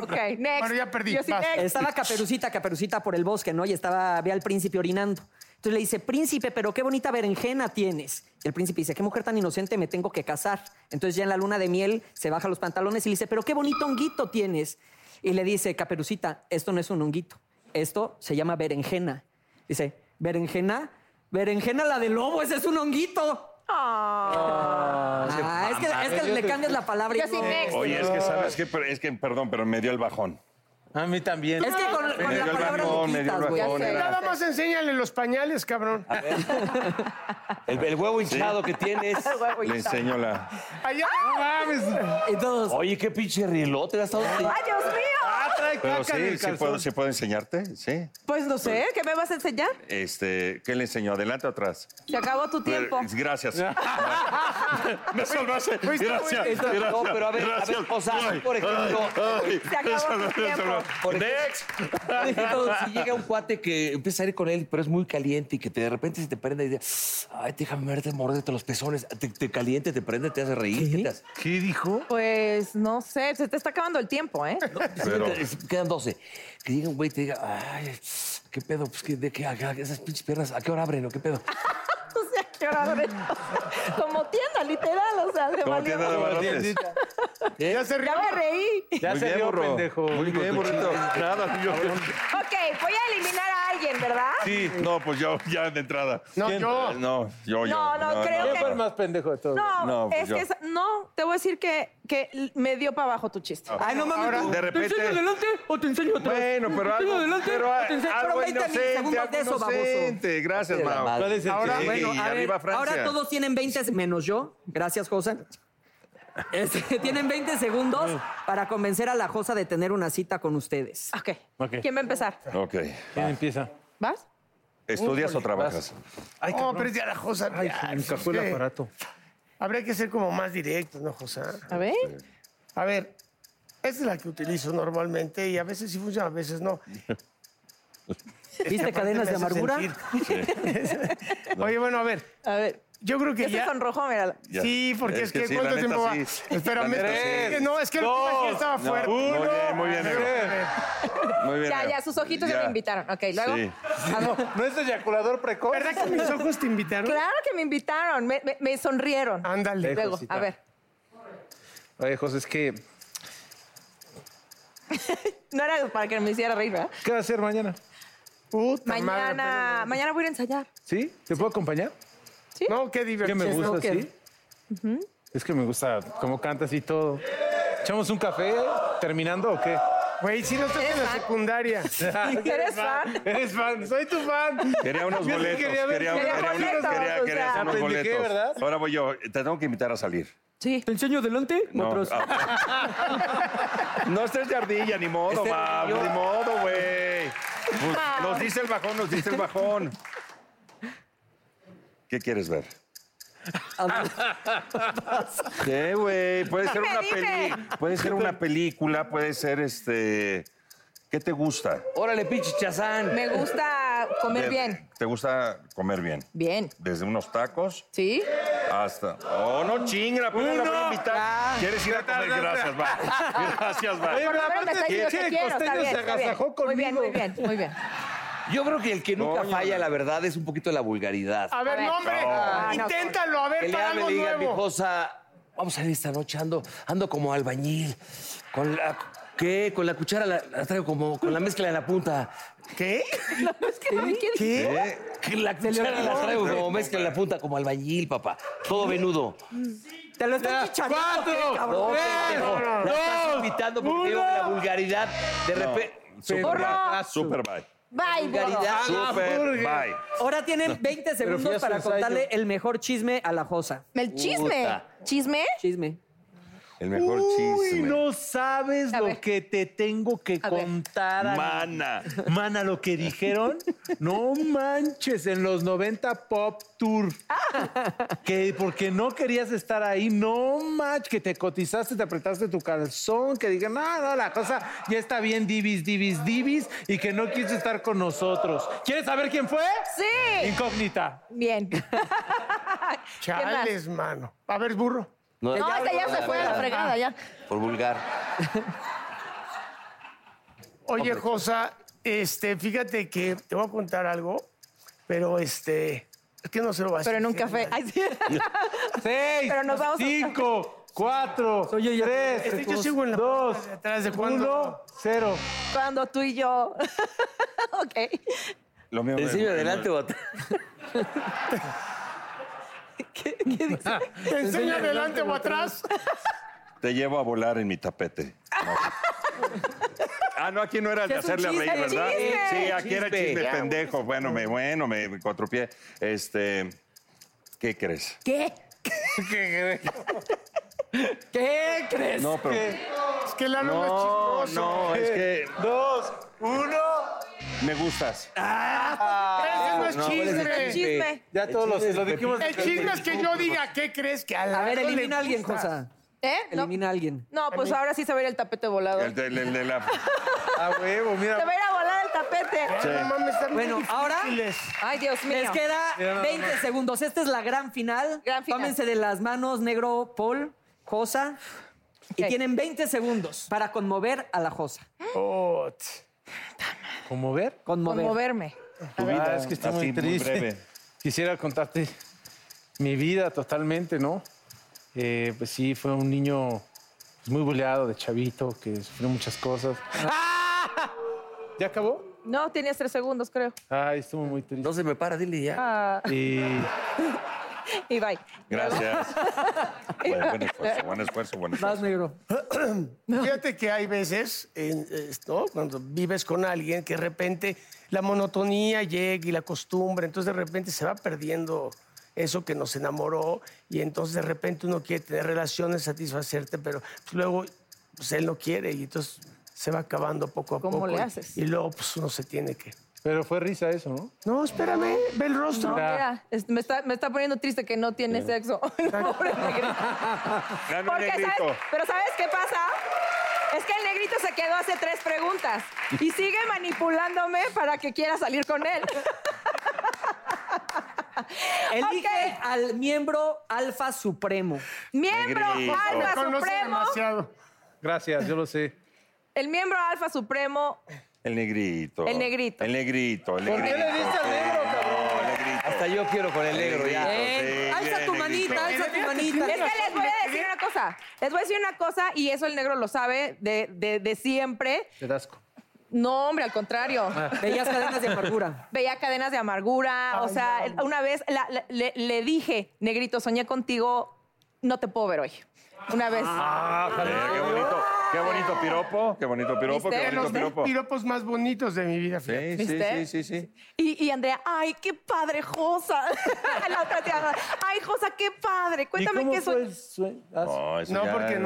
Speaker 12: Ok, next.
Speaker 6: Bueno, ya perdí,
Speaker 12: Yo sí,
Speaker 6: vas.
Speaker 12: next.
Speaker 4: Estaba Caperucita, Caperucita por el bosque, ¿no? Y estaba, ve al príncipe orinando. Entonces le dice, príncipe, pero qué bonita berenjena tienes. Y el príncipe dice, qué mujer tan inocente, me tengo que casar. Entonces ya en la luna de miel se baja los pantalones y le dice, pero qué bonito honguito tienes. Y le dice, Caperucita, esto no es un honguito, esto se llama berenjena. Dice, berenjena, berenjena la de lobo, ese es un honguito. Ah, es que, es que le cambias la palabra. y
Speaker 12: Yo sí,
Speaker 4: no.
Speaker 12: next.
Speaker 7: Oye, es que sabes que. Es que, perdón, pero me dio el bajón.
Speaker 8: A mí también.
Speaker 4: Es que con, con
Speaker 7: Me
Speaker 4: la
Speaker 7: dio el
Speaker 4: palabra
Speaker 7: bajón, me
Speaker 4: le
Speaker 7: dio
Speaker 4: quitas,
Speaker 7: el
Speaker 4: güey.
Speaker 7: bajón. era-
Speaker 6: Nada más enséñale los pañales, cabrón.
Speaker 5: El, el huevo hinchado que tienes.
Speaker 7: Le enseño la.
Speaker 6: Allá. No mames.
Speaker 4: Entonces,
Speaker 5: Oye, qué pinche rielote. ¿Has estado
Speaker 12: ¡Ay, Dios mío!
Speaker 6: Ah, trae
Speaker 7: Pero
Speaker 6: caca en
Speaker 7: sí,
Speaker 6: el
Speaker 7: sí
Speaker 6: calzón.
Speaker 7: puedo, sí puedo enseñarte, sí.
Speaker 12: Pues no sé, ¿qué me vas a enseñar?
Speaker 7: Este, ¿qué le enseñó? ¿Adelante o atrás?
Speaker 12: Se acabó tu tiempo.
Speaker 7: Gracias. Me salvaste. Gracias.
Speaker 5: Esto-
Speaker 7: gracias,
Speaker 5: no, pero a ver, a ver,
Speaker 7: gracias.
Speaker 5: o sea,
Speaker 7: Ay,
Speaker 5: por ejemplo-
Speaker 7: ay, ay.
Speaker 12: Se acabó tu
Speaker 7: Salvaste,
Speaker 12: tiempo.
Speaker 7: salvaste.
Speaker 5: Por ejemplo-
Speaker 7: Next.
Speaker 5: Por ejemplo, si llega un cuate que empieza a ir con él, pero es muy caliente y que te- de repente se te prende y dice, ay, déjame verte, morderte los pezones. Te, te caliente, te prende, te hace reír. ¿Qué te hace?
Speaker 8: ¿Qué dijo?
Speaker 12: Pues no sé, se te está acabando el tiempo, ¿eh?
Speaker 7: Pero-
Speaker 5: Es- Quedan 12. Que llegue un güey y te diga, ay, qué pedo, pues que de qué, a- a- esas pinches piernas, ¿a qué hora abren o qué pedo?
Speaker 12: O sea, qué hora abre. Como tienda, literal, o sea, de
Speaker 7: Como
Speaker 12: valió.
Speaker 7: tienda de barrotes.
Speaker 6: Ya se rió.
Speaker 12: Ya me reí.
Speaker 8: Ya
Speaker 7: Muy
Speaker 8: se
Speaker 7: bien,
Speaker 8: dio,
Speaker 7: burro.
Speaker 8: pendejo.
Speaker 12: Ah.
Speaker 7: Muy bien, burrito. Nada, yo-
Speaker 12: Ok, voy a eliminar a alguien, ¿verdad?
Speaker 7: Sí, no, pues yo ya de entrada.
Speaker 12: No,
Speaker 7: ¿Quién?
Speaker 12: yo.
Speaker 7: Eh, No, yo, yo.
Speaker 12: No, no, creo que- ¿Quién fue el más
Speaker 7: pendejo de todos?
Speaker 12: No,
Speaker 7: pues
Speaker 12: es
Speaker 7: yo.
Speaker 12: que es- no, te voy a decir que, que l- me dio para abajo tu chiste.
Speaker 7: Ah. Ay, no mames, Ahora, tú-
Speaker 12: ¿te
Speaker 7: de repente-
Speaker 12: enseño adelante o te enseño atrás?
Speaker 7: Bueno, pero
Speaker 12: ¿Te enseño
Speaker 7: algo-
Speaker 12: adelante
Speaker 7: pero
Speaker 12: o
Speaker 7: a-
Speaker 12: te enseño-
Speaker 7: algo
Speaker 12: Pero 20
Speaker 7: inocente,
Speaker 12: milisegundos
Speaker 7: algo
Speaker 12: de eso, baboso.
Speaker 7: inocente. Gracias,
Speaker 4: Hostia,
Speaker 7: Mao.
Speaker 4: madre.
Speaker 7: ¿Cuál es el
Speaker 4: ahora,
Speaker 7: que sigue?
Speaker 4: bueno,
Speaker 7: Y
Speaker 4: a ver,
Speaker 7: arriba Francia.
Speaker 4: ahora todos tienen 20, menos yo. Gracias, José. Este, tienen 20 segundos para convencer a la Josa de tener una cita con ustedes.
Speaker 12: Ok.
Speaker 5: Ok.
Speaker 12: ¿Quién va a empezar?
Speaker 7: Ok.
Speaker 5: ¿Quién empieza?
Speaker 12: ¿Vas?
Speaker 7: ¿Estudias
Speaker 6: Híjole,
Speaker 7: o trabajas?
Speaker 6: Ay,
Speaker 7: cabrón.
Speaker 6: pero es ya la Josa.
Speaker 7: Ay,
Speaker 6: ya,
Speaker 7: se me encajó el
Speaker 6: ¿qué?
Speaker 7: aparato.
Speaker 6: Habría que ser como más directos, ¿no, Josa?
Speaker 12: A ver.
Speaker 6: A ver, esta es la que utilizo normalmente y a veces sí funciona, a veces no.
Speaker 4: ¿Viste
Speaker 6: Aparte
Speaker 4: cadenas
Speaker 6: me hace
Speaker 4: de amargura?
Speaker 6: sentir. Oye, bueno, a ver.
Speaker 12: A ver.
Speaker 6: Yo creo que
Speaker 12: Ya se
Speaker 6: ya...
Speaker 12: sonrojó, mírala.
Speaker 6: Ya. Sí, porque es, que,
Speaker 7: sí, la
Speaker 6: ¿cuánto
Speaker 7: neta,
Speaker 6: tiempo va?
Speaker 7: sí.
Speaker 6: Espérame,
Speaker 7: La neta,
Speaker 6: es
Speaker 7: sí.
Speaker 6: que no, es que el
Speaker 7: Dos.
Speaker 6: aquí estaba
Speaker 7: No,
Speaker 6: fuerte.
Speaker 7: muy bien, muy bien, negro. Muy bien.
Speaker 12: Ya,
Speaker 7: negro.
Speaker 12: ya, sus ojitos ya,
Speaker 7: Ya.
Speaker 12: me invitaron. Ok, luego.
Speaker 7: Sí.
Speaker 12: No,
Speaker 6: es eyaculador precoz. ¿Verdad que mis ojos te invitaron?
Speaker 12: Claro que me invitaron, me, me- me sonrieron.
Speaker 6: Ándale.
Speaker 12: Luego,
Speaker 8: Josita.
Speaker 12: a ver.
Speaker 8: Oye, José, es que.
Speaker 12: No era para que me hiciera reír, ¿verdad?
Speaker 8: ¿Qué vas a hacer mañana?
Speaker 12: mañana, mañana voy a ir a ensayar.
Speaker 8: ¿Sí? ¿Te puedo acompañar?
Speaker 12: ¿Sí?
Speaker 6: No, qué
Speaker 8: Que
Speaker 6: divertido.
Speaker 8: me gusta,
Speaker 12: Ok.
Speaker 8: sí.
Speaker 12: Ujú.
Speaker 8: Es que me gusta cómo cantas y todo. ¿Echamos un café terminando o qué?
Speaker 6: Güey, si no estás en la secundaria.
Speaker 12: ¿Eres fan?
Speaker 8: Eres fan, soy tu fan.
Speaker 7: Quería unos
Speaker 8: Yo sí
Speaker 7: boletos.
Speaker 8: quería
Speaker 7: Quería,
Speaker 8: ver-
Speaker 7: quería,
Speaker 8: Quería
Speaker 7: unos-
Speaker 8: boletos,
Speaker 7: quería-
Speaker 8: o
Speaker 7: querías
Speaker 8: sea.
Speaker 7: unos
Speaker 8: Aprendí que,
Speaker 7: boletos.
Speaker 8: ¿verdad?
Speaker 7: Ahora voy yo. Te tengo que invitar a salir.
Speaker 12: Sí.
Speaker 4: ¿Te enseño delante?
Speaker 7: No, ah, no estés de ardilla, ni modo,
Speaker 4: Este
Speaker 7: Mau,
Speaker 4: yo-
Speaker 7: ni modo, güey. Pues,
Speaker 4: Mau.
Speaker 7: nos dice el bajón, nos dice el bajón. ¿Qué quieres ver? ¿Qué, güey? Puede ser
Speaker 12: Me
Speaker 7: una
Speaker 12: dije.
Speaker 7: peli, puede ser una película, puede ser este. ¿Qué te gusta?
Speaker 5: Órale, pinche chazán.
Speaker 12: Me gusta comer
Speaker 7: De-
Speaker 12: bien.
Speaker 7: ¿Te gusta comer bien?
Speaker 12: Bien.
Speaker 7: Desde unos tacos
Speaker 12: ¿Sí?
Speaker 7: hasta. Oh, no chingra, pero la voy a invitar. ¿Quieres ir a comer? Gracias, va. Gracias, va.
Speaker 12: Por lo menos me está diciendo que quiero, está bien, está bien. Muy bien, muy bien, muy bien.
Speaker 5: Yo creo que el que nunca falla, la verdad, es un poquito la vulgaridad.
Speaker 6: A ver, no, hombre,
Speaker 12: Ah, pues,
Speaker 6: inténtalo, a
Speaker 5: que
Speaker 6: ver,
Speaker 5: le
Speaker 6: para
Speaker 5: hable y
Speaker 6: algo
Speaker 5: le diga, mi
Speaker 6: nuevo.
Speaker 5: cosa, vamos a ir esta noche, ando, ando como albañil, con la... ¿Qué? Con la cuchara la, la traigo como con la mezcla en la punta.
Speaker 6: ¿Qué?
Speaker 5: ¿Qué? Que La cuchara la traigo como mezcla en la punta, como albañil, papá. Todo venudo.
Speaker 4: Te lo eh, están chichando.
Speaker 5: No, pendejo, la estás invitando porque digo que la vulgaridad de repente...
Speaker 7: Super bye. Super bye.
Speaker 12: Bye,
Speaker 4: Vulgaridad.
Speaker 12: gordo.
Speaker 7: Super bye.
Speaker 4: Ahora tienen 20
Speaker 7: fui a
Speaker 4: segundos
Speaker 7: su
Speaker 4: para
Speaker 7: ensayo.
Speaker 4: contarle el mejor chisme a la Josa.
Speaker 12: El chisme. ¿Chisme?
Speaker 4: Chisme.
Speaker 7: El mejor
Speaker 8: Uy,
Speaker 7: chisme.
Speaker 8: no sabes
Speaker 12: A
Speaker 8: lo
Speaker 12: ver.
Speaker 8: que te tengo que
Speaker 12: A ver.
Speaker 8: contar. amigo.
Speaker 7: Mana.
Speaker 8: Mana, lo que dijeron. No manches, en los 90 Pop Tour. Que porque no querías estar ahí, no manches, que te cotizaste, te apretaste tu calzón, que dije, no, no, la cosa ya está bien, divis, divis, divis, y que no quiso estar con nosotros. ¿Quieres saber quién fue?
Speaker 12: Sí.
Speaker 8: Incógnita.
Speaker 12: Bien.
Speaker 6: Chales, mano. A ver, burro.
Speaker 5: No,
Speaker 12: No, esta ya se fue a la
Speaker 6: Ah,
Speaker 12: fregada, ya.
Speaker 5: Por vulgar.
Speaker 6: Oye, Josa, este, fíjate que te voy a contar algo, pero este, es que no se lo vas a
Speaker 12: Pero en un
Speaker 6: decir.
Speaker 12: café. Ay, sí.
Speaker 8: Seis,
Speaker 12: Pero nos vamos a-
Speaker 8: cinco, cuatro,
Speaker 6: Este,
Speaker 8: tres,
Speaker 6: yo sigo en la
Speaker 8: dos,
Speaker 6: parte de atrás de
Speaker 8: uno,
Speaker 6: cuando.
Speaker 8: cero.
Speaker 12: Cuando tú y yo. ok.
Speaker 7: Lo mío
Speaker 5: ¿Te
Speaker 7: me-
Speaker 5: enseño
Speaker 7: me-
Speaker 5: adelante o atrás?
Speaker 12: ¿Qué, qué dice?
Speaker 6: ¿Te enseña adelante o atrás?
Speaker 7: Te llevo a volar en mi tapete. No. Ah, no, aquí no era el de
Speaker 4: Es un
Speaker 7: hacerle
Speaker 4: chiste,
Speaker 7: reír, ¿verdad?
Speaker 4: chiste.
Speaker 7: Sí, aquí era el
Speaker 5: Chiste.
Speaker 7: chisme pendejo. Bueno, me, bueno, me, me cuatropié. Este, ¿qué crees?
Speaker 12: ¿Qué?
Speaker 4: ¿Qué crees?
Speaker 7: No, pero
Speaker 6: Es que la no,
Speaker 7: no,
Speaker 6: es chismoso.
Speaker 7: no, es que
Speaker 8: Dos, uno.
Speaker 7: me gustas.
Speaker 6: Ese no es
Speaker 5: No,
Speaker 6: chisme.
Speaker 5: ¿cuál es
Speaker 12: El chisme.
Speaker 8: Ya todos los, lo dijimos.
Speaker 6: El chisme es que yo diga qué crees que a la
Speaker 4: A ver,
Speaker 6: no le
Speaker 4: elimina a alguien,
Speaker 6: gustas.
Speaker 4: Josa.
Speaker 12: ¿Eh? No,
Speaker 4: Elimina a alguien.
Speaker 12: no, pues ahora sí se va a ir el tapete volador.
Speaker 7: El de, el de la...
Speaker 8: A huevo,
Speaker 12: Se
Speaker 8: mira.
Speaker 12: va a ir a volar el tapete.
Speaker 6: Ay, No mames, están muy
Speaker 4: Bueno, ahora-
Speaker 6: difíciles.
Speaker 12: Ay, Dios mío.
Speaker 4: Les
Speaker 8: Mira
Speaker 4: queda
Speaker 8: nada
Speaker 4: 20 segundos. Esta es la gran final.
Speaker 12: Gran final.
Speaker 4: Tómense de las manos, negro, Paul, Josa. Y
Speaker 12: Ok.
Speaker 4: tienen 20 segundos para conmover a la Josa.
Speaker 6: Oh, t-
Speaker 8: ¿Cómo ver?
Speaker 4: Conmover.
Speaker 12: Conmoverme.
Speaker 7: Tu
Speaker 8: Ah, es que estoy
Speaker 7: así,
Speaker 8: muy triste.
Speaker 7: breve.
Speaker 8: Quisiera contarte mi vida totalmente, ¿no? Eh, pues sí, fue un niño pues, muy buleado de chavito, que sufrió muchas cosas. ¿Ya acabó?
Speaker 12: No, tenías tres segundos, creo.
Speaker 8: Ay, estuvo muy triste.
Speaker 5: Entonces me para, dile ya.
Speaker 12: Ah,
Speaker 8: Y
Speaker 12: y bye.
Speaker 7: Gracias.
Speaker 12: Y
Speaker 7: Buen, buen
Speaker 12: bye.
Speaker 7: esfuerzo, buen esfuerzo, buen esfuerzo.
Speaker 6: Más negro. Fíjate que hay veces, en, eh, ¿no? cuando vives con alguien, que de repente la monotonía llega y la costumbre, entonces de repente se va perdiendo eso que nos enamoró y entonces de repente uno quiere tener relaciones, satisfacerte, pero pues, luego pues, él no quiere y entonces se va acabando poco a
Speaker 12: ¿Cómo
Speaker 6: poco.
Speaker 12: le
Speaker 6: y-
Speaker 12: haces?
Speaker 6: Y luego pues uno se tiene que...
Speaker 8: Pero fue risa eso, ¿no?
Speaker 6: No, espérame, ve el rostro.
Speaker 12: No, mira, es- me está, me está poniendo triste que no tiene sexo. Pobre negrito.
Speaker 7: Gana un
Speaker 12: Porque, ¿sabes?
Speaker 7: negrito.
Speaker 12: Pero ¿sabes qué pasa? Es que el negrito se quedó hace tres preguntas y sigue manipulándome para que quiera salir con él.
Speaker 4: Elige al miembro alfa supremo.
Speaker 12: Miembro
Speaker 4: Negrito.
Speaker 12: alfa
Speaker 4: Me conoce
Speaker 12: supremo.
Speaker 8: Gracias, yo lo sé.
Speaker 12: El miembro alfa supremo.
Speaker 7: El negrito.
Speaker 12: El negrito.
Speaker 7: El negrito. El
Speaker 12: ¿Por qué
Speaker 7: negrito.
Speaker 12: le diste al
Speaker 7: negro, cabrón? Hasta
Speaker 5: yo quiero con el negro ya.
Speaker 12: Alza tu manita, alza tu manita. Es que les voy a decir una cosa. Les voy a decir una cosa y eso el negro lo sabe de, de- de siempre.
Speaker 8: Te dasco.
Speaker 12: No, hombre, al contrario.
Speaker 4: Bellas cadenas de amargura.
Speaker 12: Veía cadenas de amargura. o sea, una vez la- la- le, le dije, negrito, soñé contigo, no te puedo ver hoy. Una vez.
Speaker 7: Ah, qué bonito. Qué
Speaker 12: Ah.
Speaker 7: bonito piropo. Qué bonito piropo. Qué
Speaker 6: De
Speaker 7: bonito
Speaker 6: los
Speaker 7: piropo.
Speaker 6: piropos más bonitos de mi vida. fíjate.
Speaker 7: Sí, sí, sí, sí, sí.
Speaker 12: Y, y Andrea, ay, qué padre, Josa. la otra tía, ay, Josa, qué padre. Cuéntame qué soy.
Speaker 7: No, eso ya-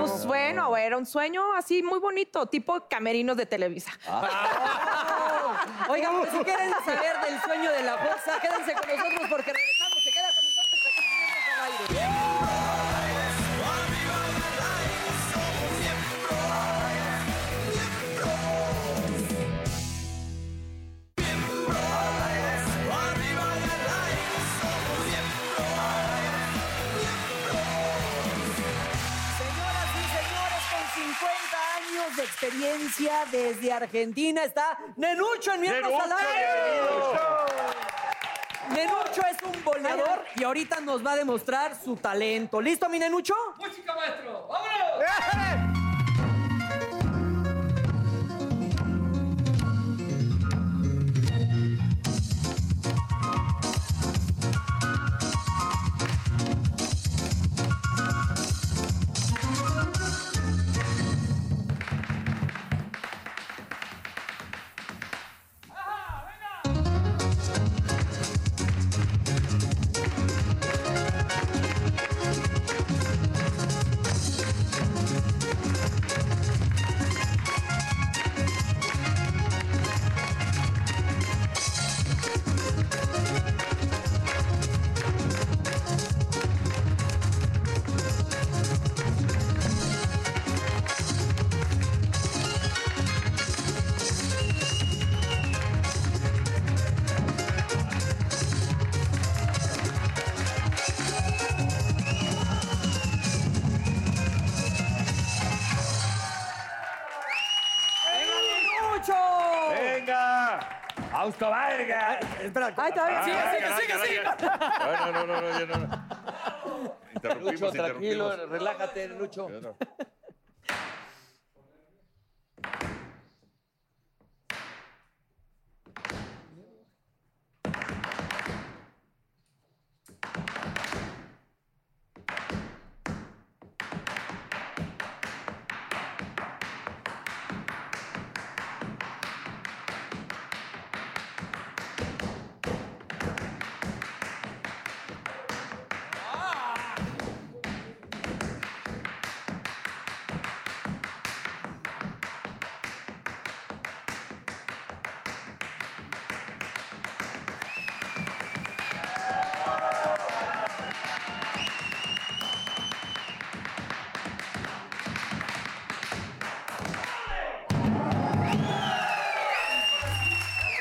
Speaker 12: Pues bueno, era un sueño así muy bonito, tipo camerinos de Televisa. Oh.
Speaker 4: Oigan, pues si quieren saber del sueño de la bolsa, quédense con nosotros porque regresamos. Se queda con nosotros aquí en Miembros al Aire. Señoras y señores, con 50 años de experiencia desde Argentina está Nenucho en Miembros al
Speaker 7: Nenucho,
Speaker 4: Aire. Nenucho es un voleador y ahorita nos va a demostrar su talento. ¿Listo, mi Nenucho?
Speaker 13: ¡Música, maestro! ¡Vámonos!
Speaker 4: ¡Nenucho!
Speaker 7: ¡Venga! ¡Austobarga!
Speaker 4: Espera.
Speaker 12: Ay, todavía.
Speaker 7: Sigue, sigue, sigue,
Speaker 12: Ah, sigue.
Speaker 7: Ay, no, no, no, no, yo no. Interrumpimos,
Speaker 5: Lucho, tranquilo,
Speaker 7: interrumpimos.
Speaker 5: relájate, Lucho.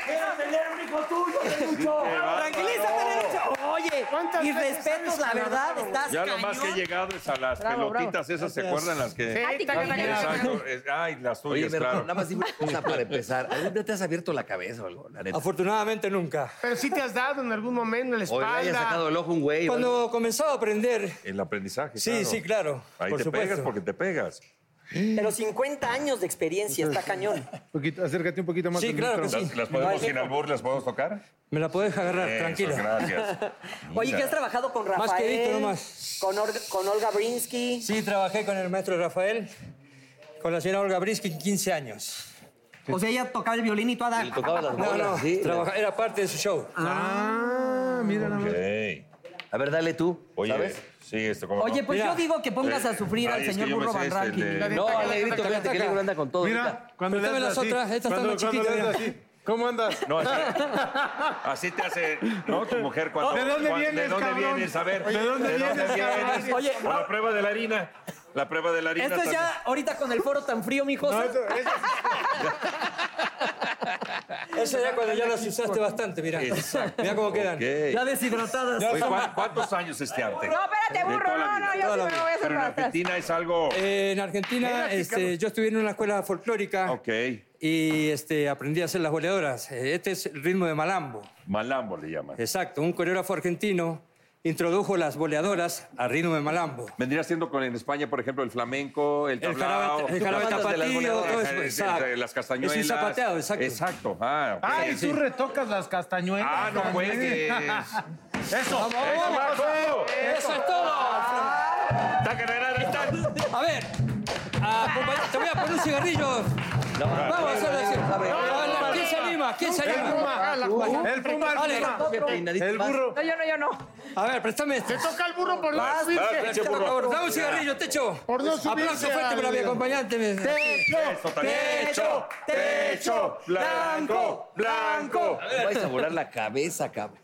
Speaker 13: ¡Quiero tener un hijo tuyo,
Speaker 7: Nenucho. Qué bárbaro.
Speaker 4: Tranquilízate, Nenucho. Oye,
Speaker 13: ¿Cuántas
Speaker 4: mis
Speaker 13: veces
Speaker 4: respetos,
Speaker 13: sabes
Speaker 4: la
Speaker 13: hablar,
Speaker 4: verdad,
Speaker 13: bravo?
Speaker 4: estás
Speaker 7: Ya lo
Speaker 4: cañón.
Speaker 7: más que he llegado es a las
Speaker 4: Bravo,
Speaker 7: pelotitas
Speaker 4: bravo.
Speaker 7: esas, ¿se
Speaker 4: Gracias.
Speaker 7: acuerdan
Speaker 12: Ah,
Speaker 7: las que...?
Speaker 4: Sí, taca, taca, taca.
Speaker 7: Exacto. es- Ay, las
Speaker 5: Oye,
Speaker 7: tuyas,
Speaker 5: mi hermano,
Speaker 7: claro.
Speaker 5: nada más dime una cosa para empezar. ¿Algún día te has abierto la cabeza o algo? La neta.
Speaker 13: Afortunadamente nunca.
Speaker 6: Pero sí te has dado en algún momento en la
Speaker 5: O le
Speaker 6: espalda.
Speaker 5: haya sacado el ojo un güey. o algo.
Speaker 13: Cuando comenzaba a aprender,
Speaker 7: El aprendizaje,
Speaker 13: Sí, sí, claro,
Speaker 7: Ahí
Speaker 13: por
Speaker 7: te
Speaker 13: supuesto.
Speaker 7: pegas porque te pegas.
Speaker 4: Pero 50 años de experiencia, está cañón.
Speaker 5: Poquito- acércate un poquito más.
Speaker 4: Sí,
Speaker 5: al
Speaker 4: claro que
Speaker 5: micro.
Speaker 4: sí.
Speaker 7: ¿Las, las podemos sin albur, las podemos tocar?
Speaker 5: Me la puedes agarrar,
Speaker 7: Eso,
Speaker 5: tranquila.
Speaker 7: gracias.
Speaker 4: Oye,
Speaker 7: Mira.
Speaker 4: ¿qué has trabajado con Rafael?
Speaker 5: Más quedito nomás.
Speaker 4: Con, Or- con Olga Brinsky.
Speaker 5: Sí, trabajé con el maestro Rafael, con la señora Olga Brinsky, 15 años.
Speaker 4: O sea, ella tocaba el violín y tú a dar.
Speaker 5: No, no, trabaja- era parte de su show.
Speaker 7: Ah, mira nada
Speaker 3: A ver, dale tú.
Speaker 7: Oye,
Speaker 3: ¿sabes?
Speaker 7: sí, esto cómo
Speaker 4: Oye,
Speaker 7: no?
Speaker 4: pues
Speaker 7: Mira.
Speaker 4: yo digo que pongas a sufrir al
Speaker 7: Eh, Ay, es
Speaker 4: señor
Speaker 7: que yo me sé
Speaker 4: Burro Van
Speaker 7: este, el
Speaker 4: Ranking.
Speaker 7: de-
Speaker 4: No,
Speaker 3: Alegrito, cállate, que Alegro anda con todo.
Speaker 8: Mira, cuando le
Speaker 5: Préstame
Speaker 8: haces
Speaker 5: las
Speaker 8: así,
Speaker 5: otras, estas
Speaker 8: cuando-
Speaker 5: están más
Speaker 8: cuando le
Speaker 5: chiquitas,
Speaker 8: haces
Speaker 5: mira.
Speaker 8: así, ¿Cómo andas?
Speaker 7: No, así, así te hace, ¿no? Tu mujer cuando...
Speaker 8: ¿De dónde
Speaker 7: cuando-
Speaker 8: vienes,
Speaker 7: ¿De dónde
Speaker 8: cabrón?
Speaker 7: vienes? A ver.
Speaker 8: ¿De dónde vienes, cabrón?
Speaker 4: Oye,
Speaker 7: O la prueba de la harina. La prueba de la harina.
Speaker 4: Esto es
Speaker 7: también.
Speaker 4: ya ahorita con el foro tan frío, mijo.
Speaker 5: Eso ya cuando ya las usaste bastante, mira.
Speaker 7: Exacto.
Speaker 5: Mira cómo quedan.
Speaker 7: Ok. Ya
Speaker 4: deshidratadas.
Speaker 7: Oye, ¿cuá- ¿Cuántos años este arte?
Speaker 12: No, espérate,
Speaker 7: De
Speaker 12: burro,
Speaker 7: toda la
Speaker 12: no,
Speaker 7: vida.
Speaker 12: no, yo
Speaker 7: Toda
Speaker 12: sí
Speaker 7: la
Speaker 12: me
Speaker 7: vida.
Speaker 12: voy a hacer
Speaker 7: Pero en
Speaker 12: para
Speaker 7: Argentina es algo...
Speaker 5: Eh, en Argentina
Speaker 7: Mira,
Speaker 5: este, yo estuve en una escuela folclórica y este, aprendí a hacer las boleadoras. Eh, Este es el ritmo de malambo.
Speaker 7: Malambo le llaman.
Speaker 5: Exacto, un coreógrafo argentino introdujo las boleadoras al ritmo de malambo.
Speaker 7: Vendría siendo con en España, por ejemplo, el flamenco, el
Speaker 5: El
Speaker 7: tablao.
Speaker 5: jarabe- el
Speaker 7: Las
Speaker 5: jarabe
Speaker 7: bandas de las
Speaker 5: tapatío,
Speaker 7: boleadoras,
Speaker 5: todo
Speaker 7: eh,
Speaker 5: eso,
Speaker 7: de-
Speaker 5: exacto.
Speaker 7: de- Las castañuelas.
Speaker 5: Es un zapateado, exacto.
Speaker 7: Exacto. Ah, ok.
Speaker 8: Ay,
Speaker 7: Sí.
Speaker 8: tú retocas las castañuelas.
Speaker 7: Ah, no
Speaker 8: también.
Speaker 7: juegues.
Speaker 8: Eso.
Speaker 7: ¡Eso, Marco!
Speaker 5: ¡Eso es todo! A ver, acompañ- te voy a poner un cigarrillo. Vamos a hacer así. A ver, ¿Quién se anima? ¿Quién se anima?
Speaker 6: El puma, el puma, el
Speaker 5: Vale.
Speaker 6: puma. El burro.
Speaker 12: No, yo no, yo no.
Speaker 5: A ver, préstame este.
Speaker 6: Te toca el burro por no
Speaker 5: Vas, vas,
Speaker 6: subirse.
Speaker 5: pinche burro. Dame un cigarrillo, techo.
Speaker 6: Por no subirse
Speaker 5: Aplauso fuerte
Speaker 6: al-
Speaker 5: para mi acompañante. me-
Speaker 6: Techo,
Speaker 5: techo,
Speaker 7: techo,
Speaker 5: blanco,
Speaker 7: blanco.
Speaker 3: Me vais a volar la cabeza, cabrón.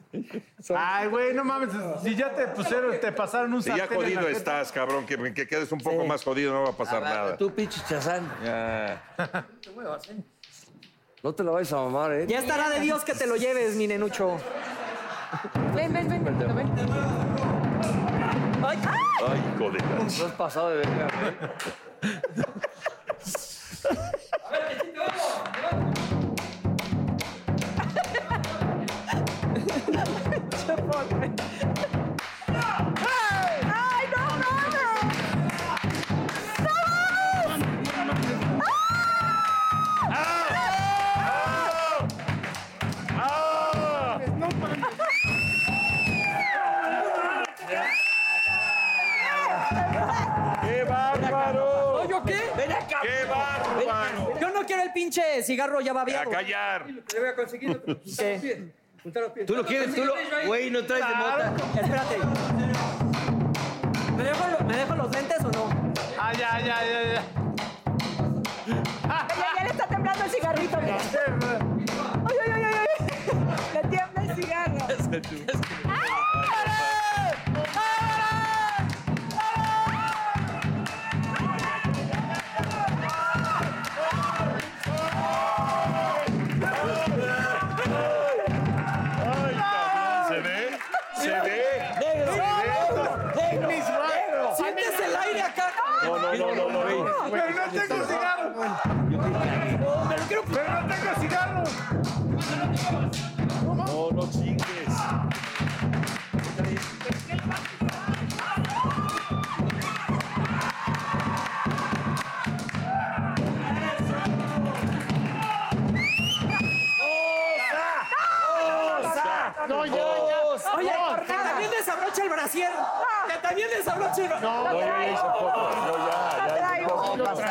Speaker 8: Ay, güey, no mames. Si ya te pusieron, te pasaron un
Speaker 7: Si ya
Speaker 8: sartén en la
Speaker 7: jodido
Speaker 8: jeta.
Speaker 7: estás, cabrón, que, que quedes un poco más jodido, no va a pasar nada.
Speaker 3: Tú, pinche chazán.
Speaker 7: Ya.
Speaker 3: No te la vais a mamar, ¿eh?
Speaker 4: Ya estará de Dios que te lo lleves, mi nenucho.
Speaker 12: Ven, ven, ven. ven, ven.
Speaker 4: Ay,
Speaker 7: Ay, hijo de la-
Speaker 3: No has pasado de verga, ¿eh?
Speaker 12: ¡Ay, no mames!
Speaker 7: ¡Qué bárbaro!
Speaker 4: ¿No, yo qué? Ven acá.
Speaker 7: ¡Qué bárbaro!
Speaker 4: Yo no quiero el pinche cigarro ya
Speaker 7: ¡A
Speaker 4: babeado.
Speaker 7: callar!
Speaker 5: Le voy a conseguir otro. Juntar los pies, juntar los pies.
Speaker 3: Tú lo quieres, tú lo. Güey, no traes de mota.
Speaker 4: Espérate. ¿Me dejo, lo- ¿Me dejo los lentes o no?
Speaker 8: Ah, ya, ya, ya, ya.
Speaker 12: Ay, ya le está temblando el cigarrito, mira. ¡Ay, ay, ay, ay! ay. Le tiembla el cigarro. ¡Vámonos! ¡Vámonos!
Speaker 7: ¡Ay, cabrón! ¿Se ve? ¿Se ve?
Speaker 4: Sientes el aire acá.
Speaker 7: No, no, no, no, no. ey.
Speaker 8: Pero no tengo cigarro. Pero no tengo cigarro.
Speaker 7: No, no chingues.
Speaker 6: No, ya, ya.
Speaker 4: Oye,
Speaker 6: No,
Speaker 4: que también desabrocha el brasier. Que también desabrocha el brasier.
Speaker 6: No,
Speaker 7: Oye, ya hizo fotos. Yo ya, ya.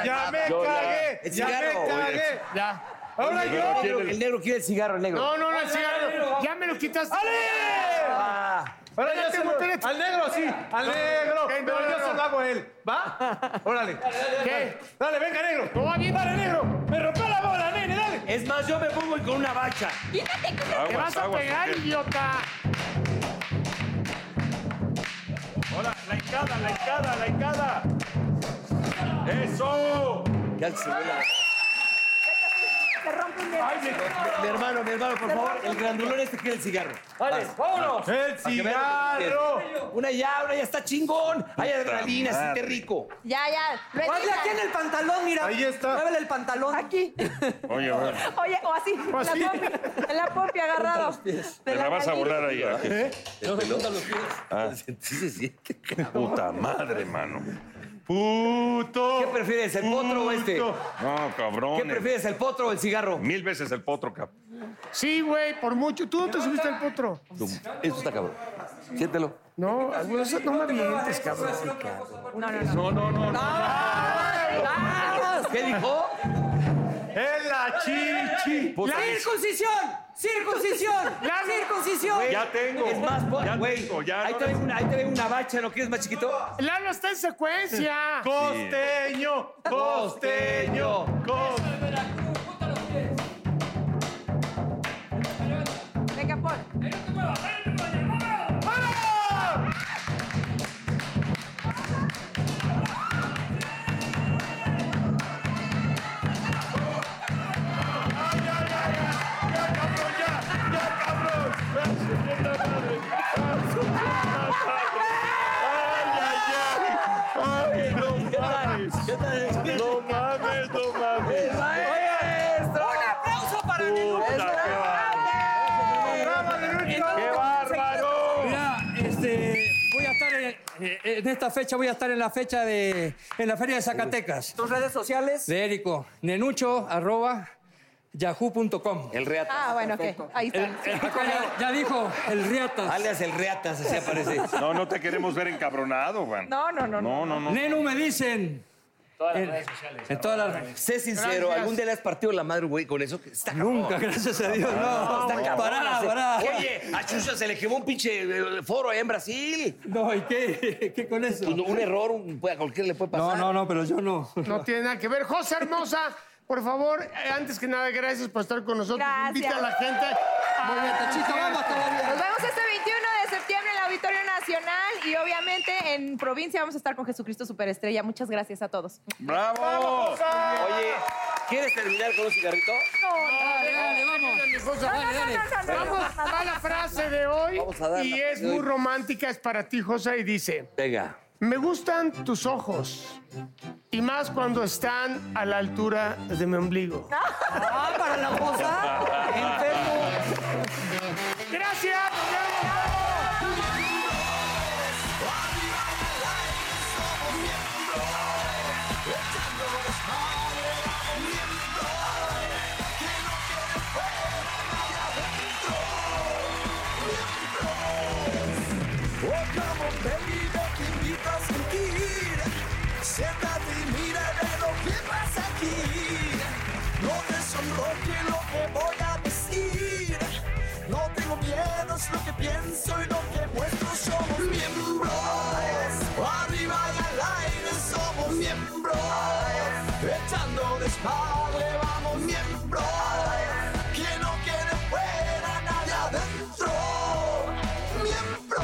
Speaker 8: Ya me
Speaker 7: Yo ya.
Speaker 8: cagué.
Speaker 3: El
Speaker 8: Ya
Speaker 3: cigarro,
Speaker 8: me cagué.
Speaker 6: Ya.
Speaker 8: Ahora
Speaker 3: El
Speaker 8: yo.
Speaker 3: negro- El negro quiere el cigarro, el negro.
Speaker 6: No, no, no, el cigarro. Ya me lo quitaste.
Speaker 8: Ah, Ahora yo
Speaker 6: Espérate,
Speaker 8: se
Speaker 6: espérate.
Speaker 8: lo- Al negro, sí. Al negro.
Speaker 6: ok, no,
Speaker 8: Pero
Speaker 6: no,
Speaker 8: yo se
Speaker 6: no.
Speaker 8: lo hago a él. ¿Va? Órale.
Speaker 6: ¿Qué?
Speaker 8: Dale, venga, negro.
Speaker 6: No va bien.
Speaker 8: Dale, negro. Me rompió la bola, nene, dale.
Speaker 3: Es más, yo me pongo con una bacha.
Speaker 12: Quítate, quítate.
Speaker 6: Te vas
Speaker 7: Aguas,
Speaker 6: a
Speaker 7: aguas.
Speaker 6: pegar,
Speaker 7: porque-
Speaker 6: idiota.
Speaker 7: Hola, la encada, la encada, la encada. ¡Eso!
Speaker 3: Ya se ve la-
Speaker 12: Te rompe un dedo.
Speaker 3: Mi hermano, mi hermano, por favor, el grandulón este quiere el cigarro.
Speaker 4: Vale,
Speaker 5: Ah,
Speaker 4: vámonos.
Speaker 8: El cigarro.
Speaker 3: Una ya, una ya está chingón. Hay adrenalina, siente rico.
Speaker 12: Ya, ya. lo
Speaker 4: Hazle
Speaker 12: editas.
Speaker 4: aquí en el pantalón, mira.
Speaker 8: Ahí está.
Speaker 4: Muévele el pantalón.
Speaker 12: Aquí.
Speaker 7: Oye, bueno,
Speaker 12: Oye, o así. en La pompi. en La pompi agarrado.
Speaker 7: te la vas a volar ahí. ¿eh?
Speaker 3: No ¿Eh? me los pies.
Speaker 7: Ah.
Speaker 3: Sí se siente.
Speaker 7: Puta madre, mano. Puto. ¿Qué
Speaker 5: prefieres, el potro o este?
Speaker 7: No, cabrón.
Speaker 5: ¿Qué prefieres, el potro o el cigarro?
Speaker 7: Mil veces el potro, cap.
Speaker 6: Sí, güey, por mucho. Tú no te subiste al potro.
Speaker 14: Eso está cabrón. Siéntelo.
Speaker 6: No, no, no me avientes, cabrón.
Speaker 12: No, no,
Speaker 7: no. No, no,
Speaker 5: ¿Qué dijo?
Speaker 15: ¡Es la chichi!
Speaker 5: ¡La circuncisión! ¡Circuncisión! ¡La circuncisión!
Speaker 7: Ya tengo.
Speaker 5: Es más, po-
Speaker 7: Ya
Speaker 5: güey,
Speaker 7: tengo, ya
Speaker 5: ahí,
Speaker 7: no
Speaker 5: te
Speaker 7: les-
Speaker 5: veo una, ahí te veo una bacha, ¿no quieres más chiquito?
Speaker 6: Lalo está en secuencia.
Speaker 15: Costeño, costeño, costeño.
Speaker 12: Venga, por.
Speaker 15: Ay, no mames. No mames, no mames.
Speaker 5: ¡Maestro! ¡Un Um aplauso para
Speaker 15: ¡Qué bárbaro!
Speaker 5: Mira, este, voy a estar en, eh, en esta fecha, voy a estar en la fecha de, en la Feria de Zacatecas.
Speaker 16: ¿Tus redes sociales?
Speaker 5: De Érico, nenucho, arroba, yahoo.com.
Speaker 14: El reato.
Speaker 12: Ah, bueno, ok. Ahí está.
Speaker 5: ya, ya dijo, el Riatas.
Speaker 14: Alias el Reatas, así aparece.
Speaker 7: No, no te queremos ver encabronado, güey.
Speaker 12: No, no, no.
Speaker 7: No, no, no.
Speaker 5: Nenu me dicen. Todas las redes
Speaker 14: sociales.
Speaker 5: En todas las redes.
Speaker 14: Sé sincero,
Speaker 5: Gracias.
Speaker 14: ¿algún día le has partido la madre, güey, con eso? Está cabrón.
Speaker 5: Nunca, gracias a Dios, no.
Speaker 14: está cabrón.
Speaker 5: Pará,
Speaker 14: Hace-
Speaker 5: pará.
Speaker 14: Oye, a Chucha se le quemó un pinche eh, foro allá en Brasil.
Speaker 5: No, ¿y qué? ¿Qué con eso?
Speaker 14: Un, un error, un- a cualquiera le puede pasar.
Speaker 5: No, no, no, pero yo no.
Speaker 6: No tiene nada que ver. José Hermosa, por favor, eh, antes que nada, gracias por estar con nosotros.
Speaker 12: Gracias.
Speaker 6: Invita a la gente. Muy bien,
Speaker 5: Tachito, vamos todavía.
Speaker 12: Nos vemos este 21 de septiembre en el Auditorio Nacional y obviamente en provincia vamos a estar con Jesucristo Superestrella. Muchas gracias a todos.
Speaker 7: ¡Bravo!
Speaker 14: Oye, ¿quieres terminar con un cigarrito?
Speaker 6: Vamos a la frase de hoy
Speaker 14: Vamos a darla.
Speaker 6: y es muy romántica, es para ti, José, y dice,
Speaker 14: Venga.
Speaker 6: me gustan tus ojos y más cuando están a la altura de mi ombligo.
Speaker 5: Ah, para la cosa. Enfermo.
Speaker 6: Gracias. nos vemos.
Speaker 3: Oh, come on, baby, te invito a sentir. Siéntate y mira de lo que pasa aquí. No te sonroje lo que voy a decir. No tengo miedo, es lo que pienso y lo que muestro. Somos miembros. Arriba y al aire somos miembros. Echando desmadre, vamos miembros. Que no quede fuera nadie adentro. Miembros.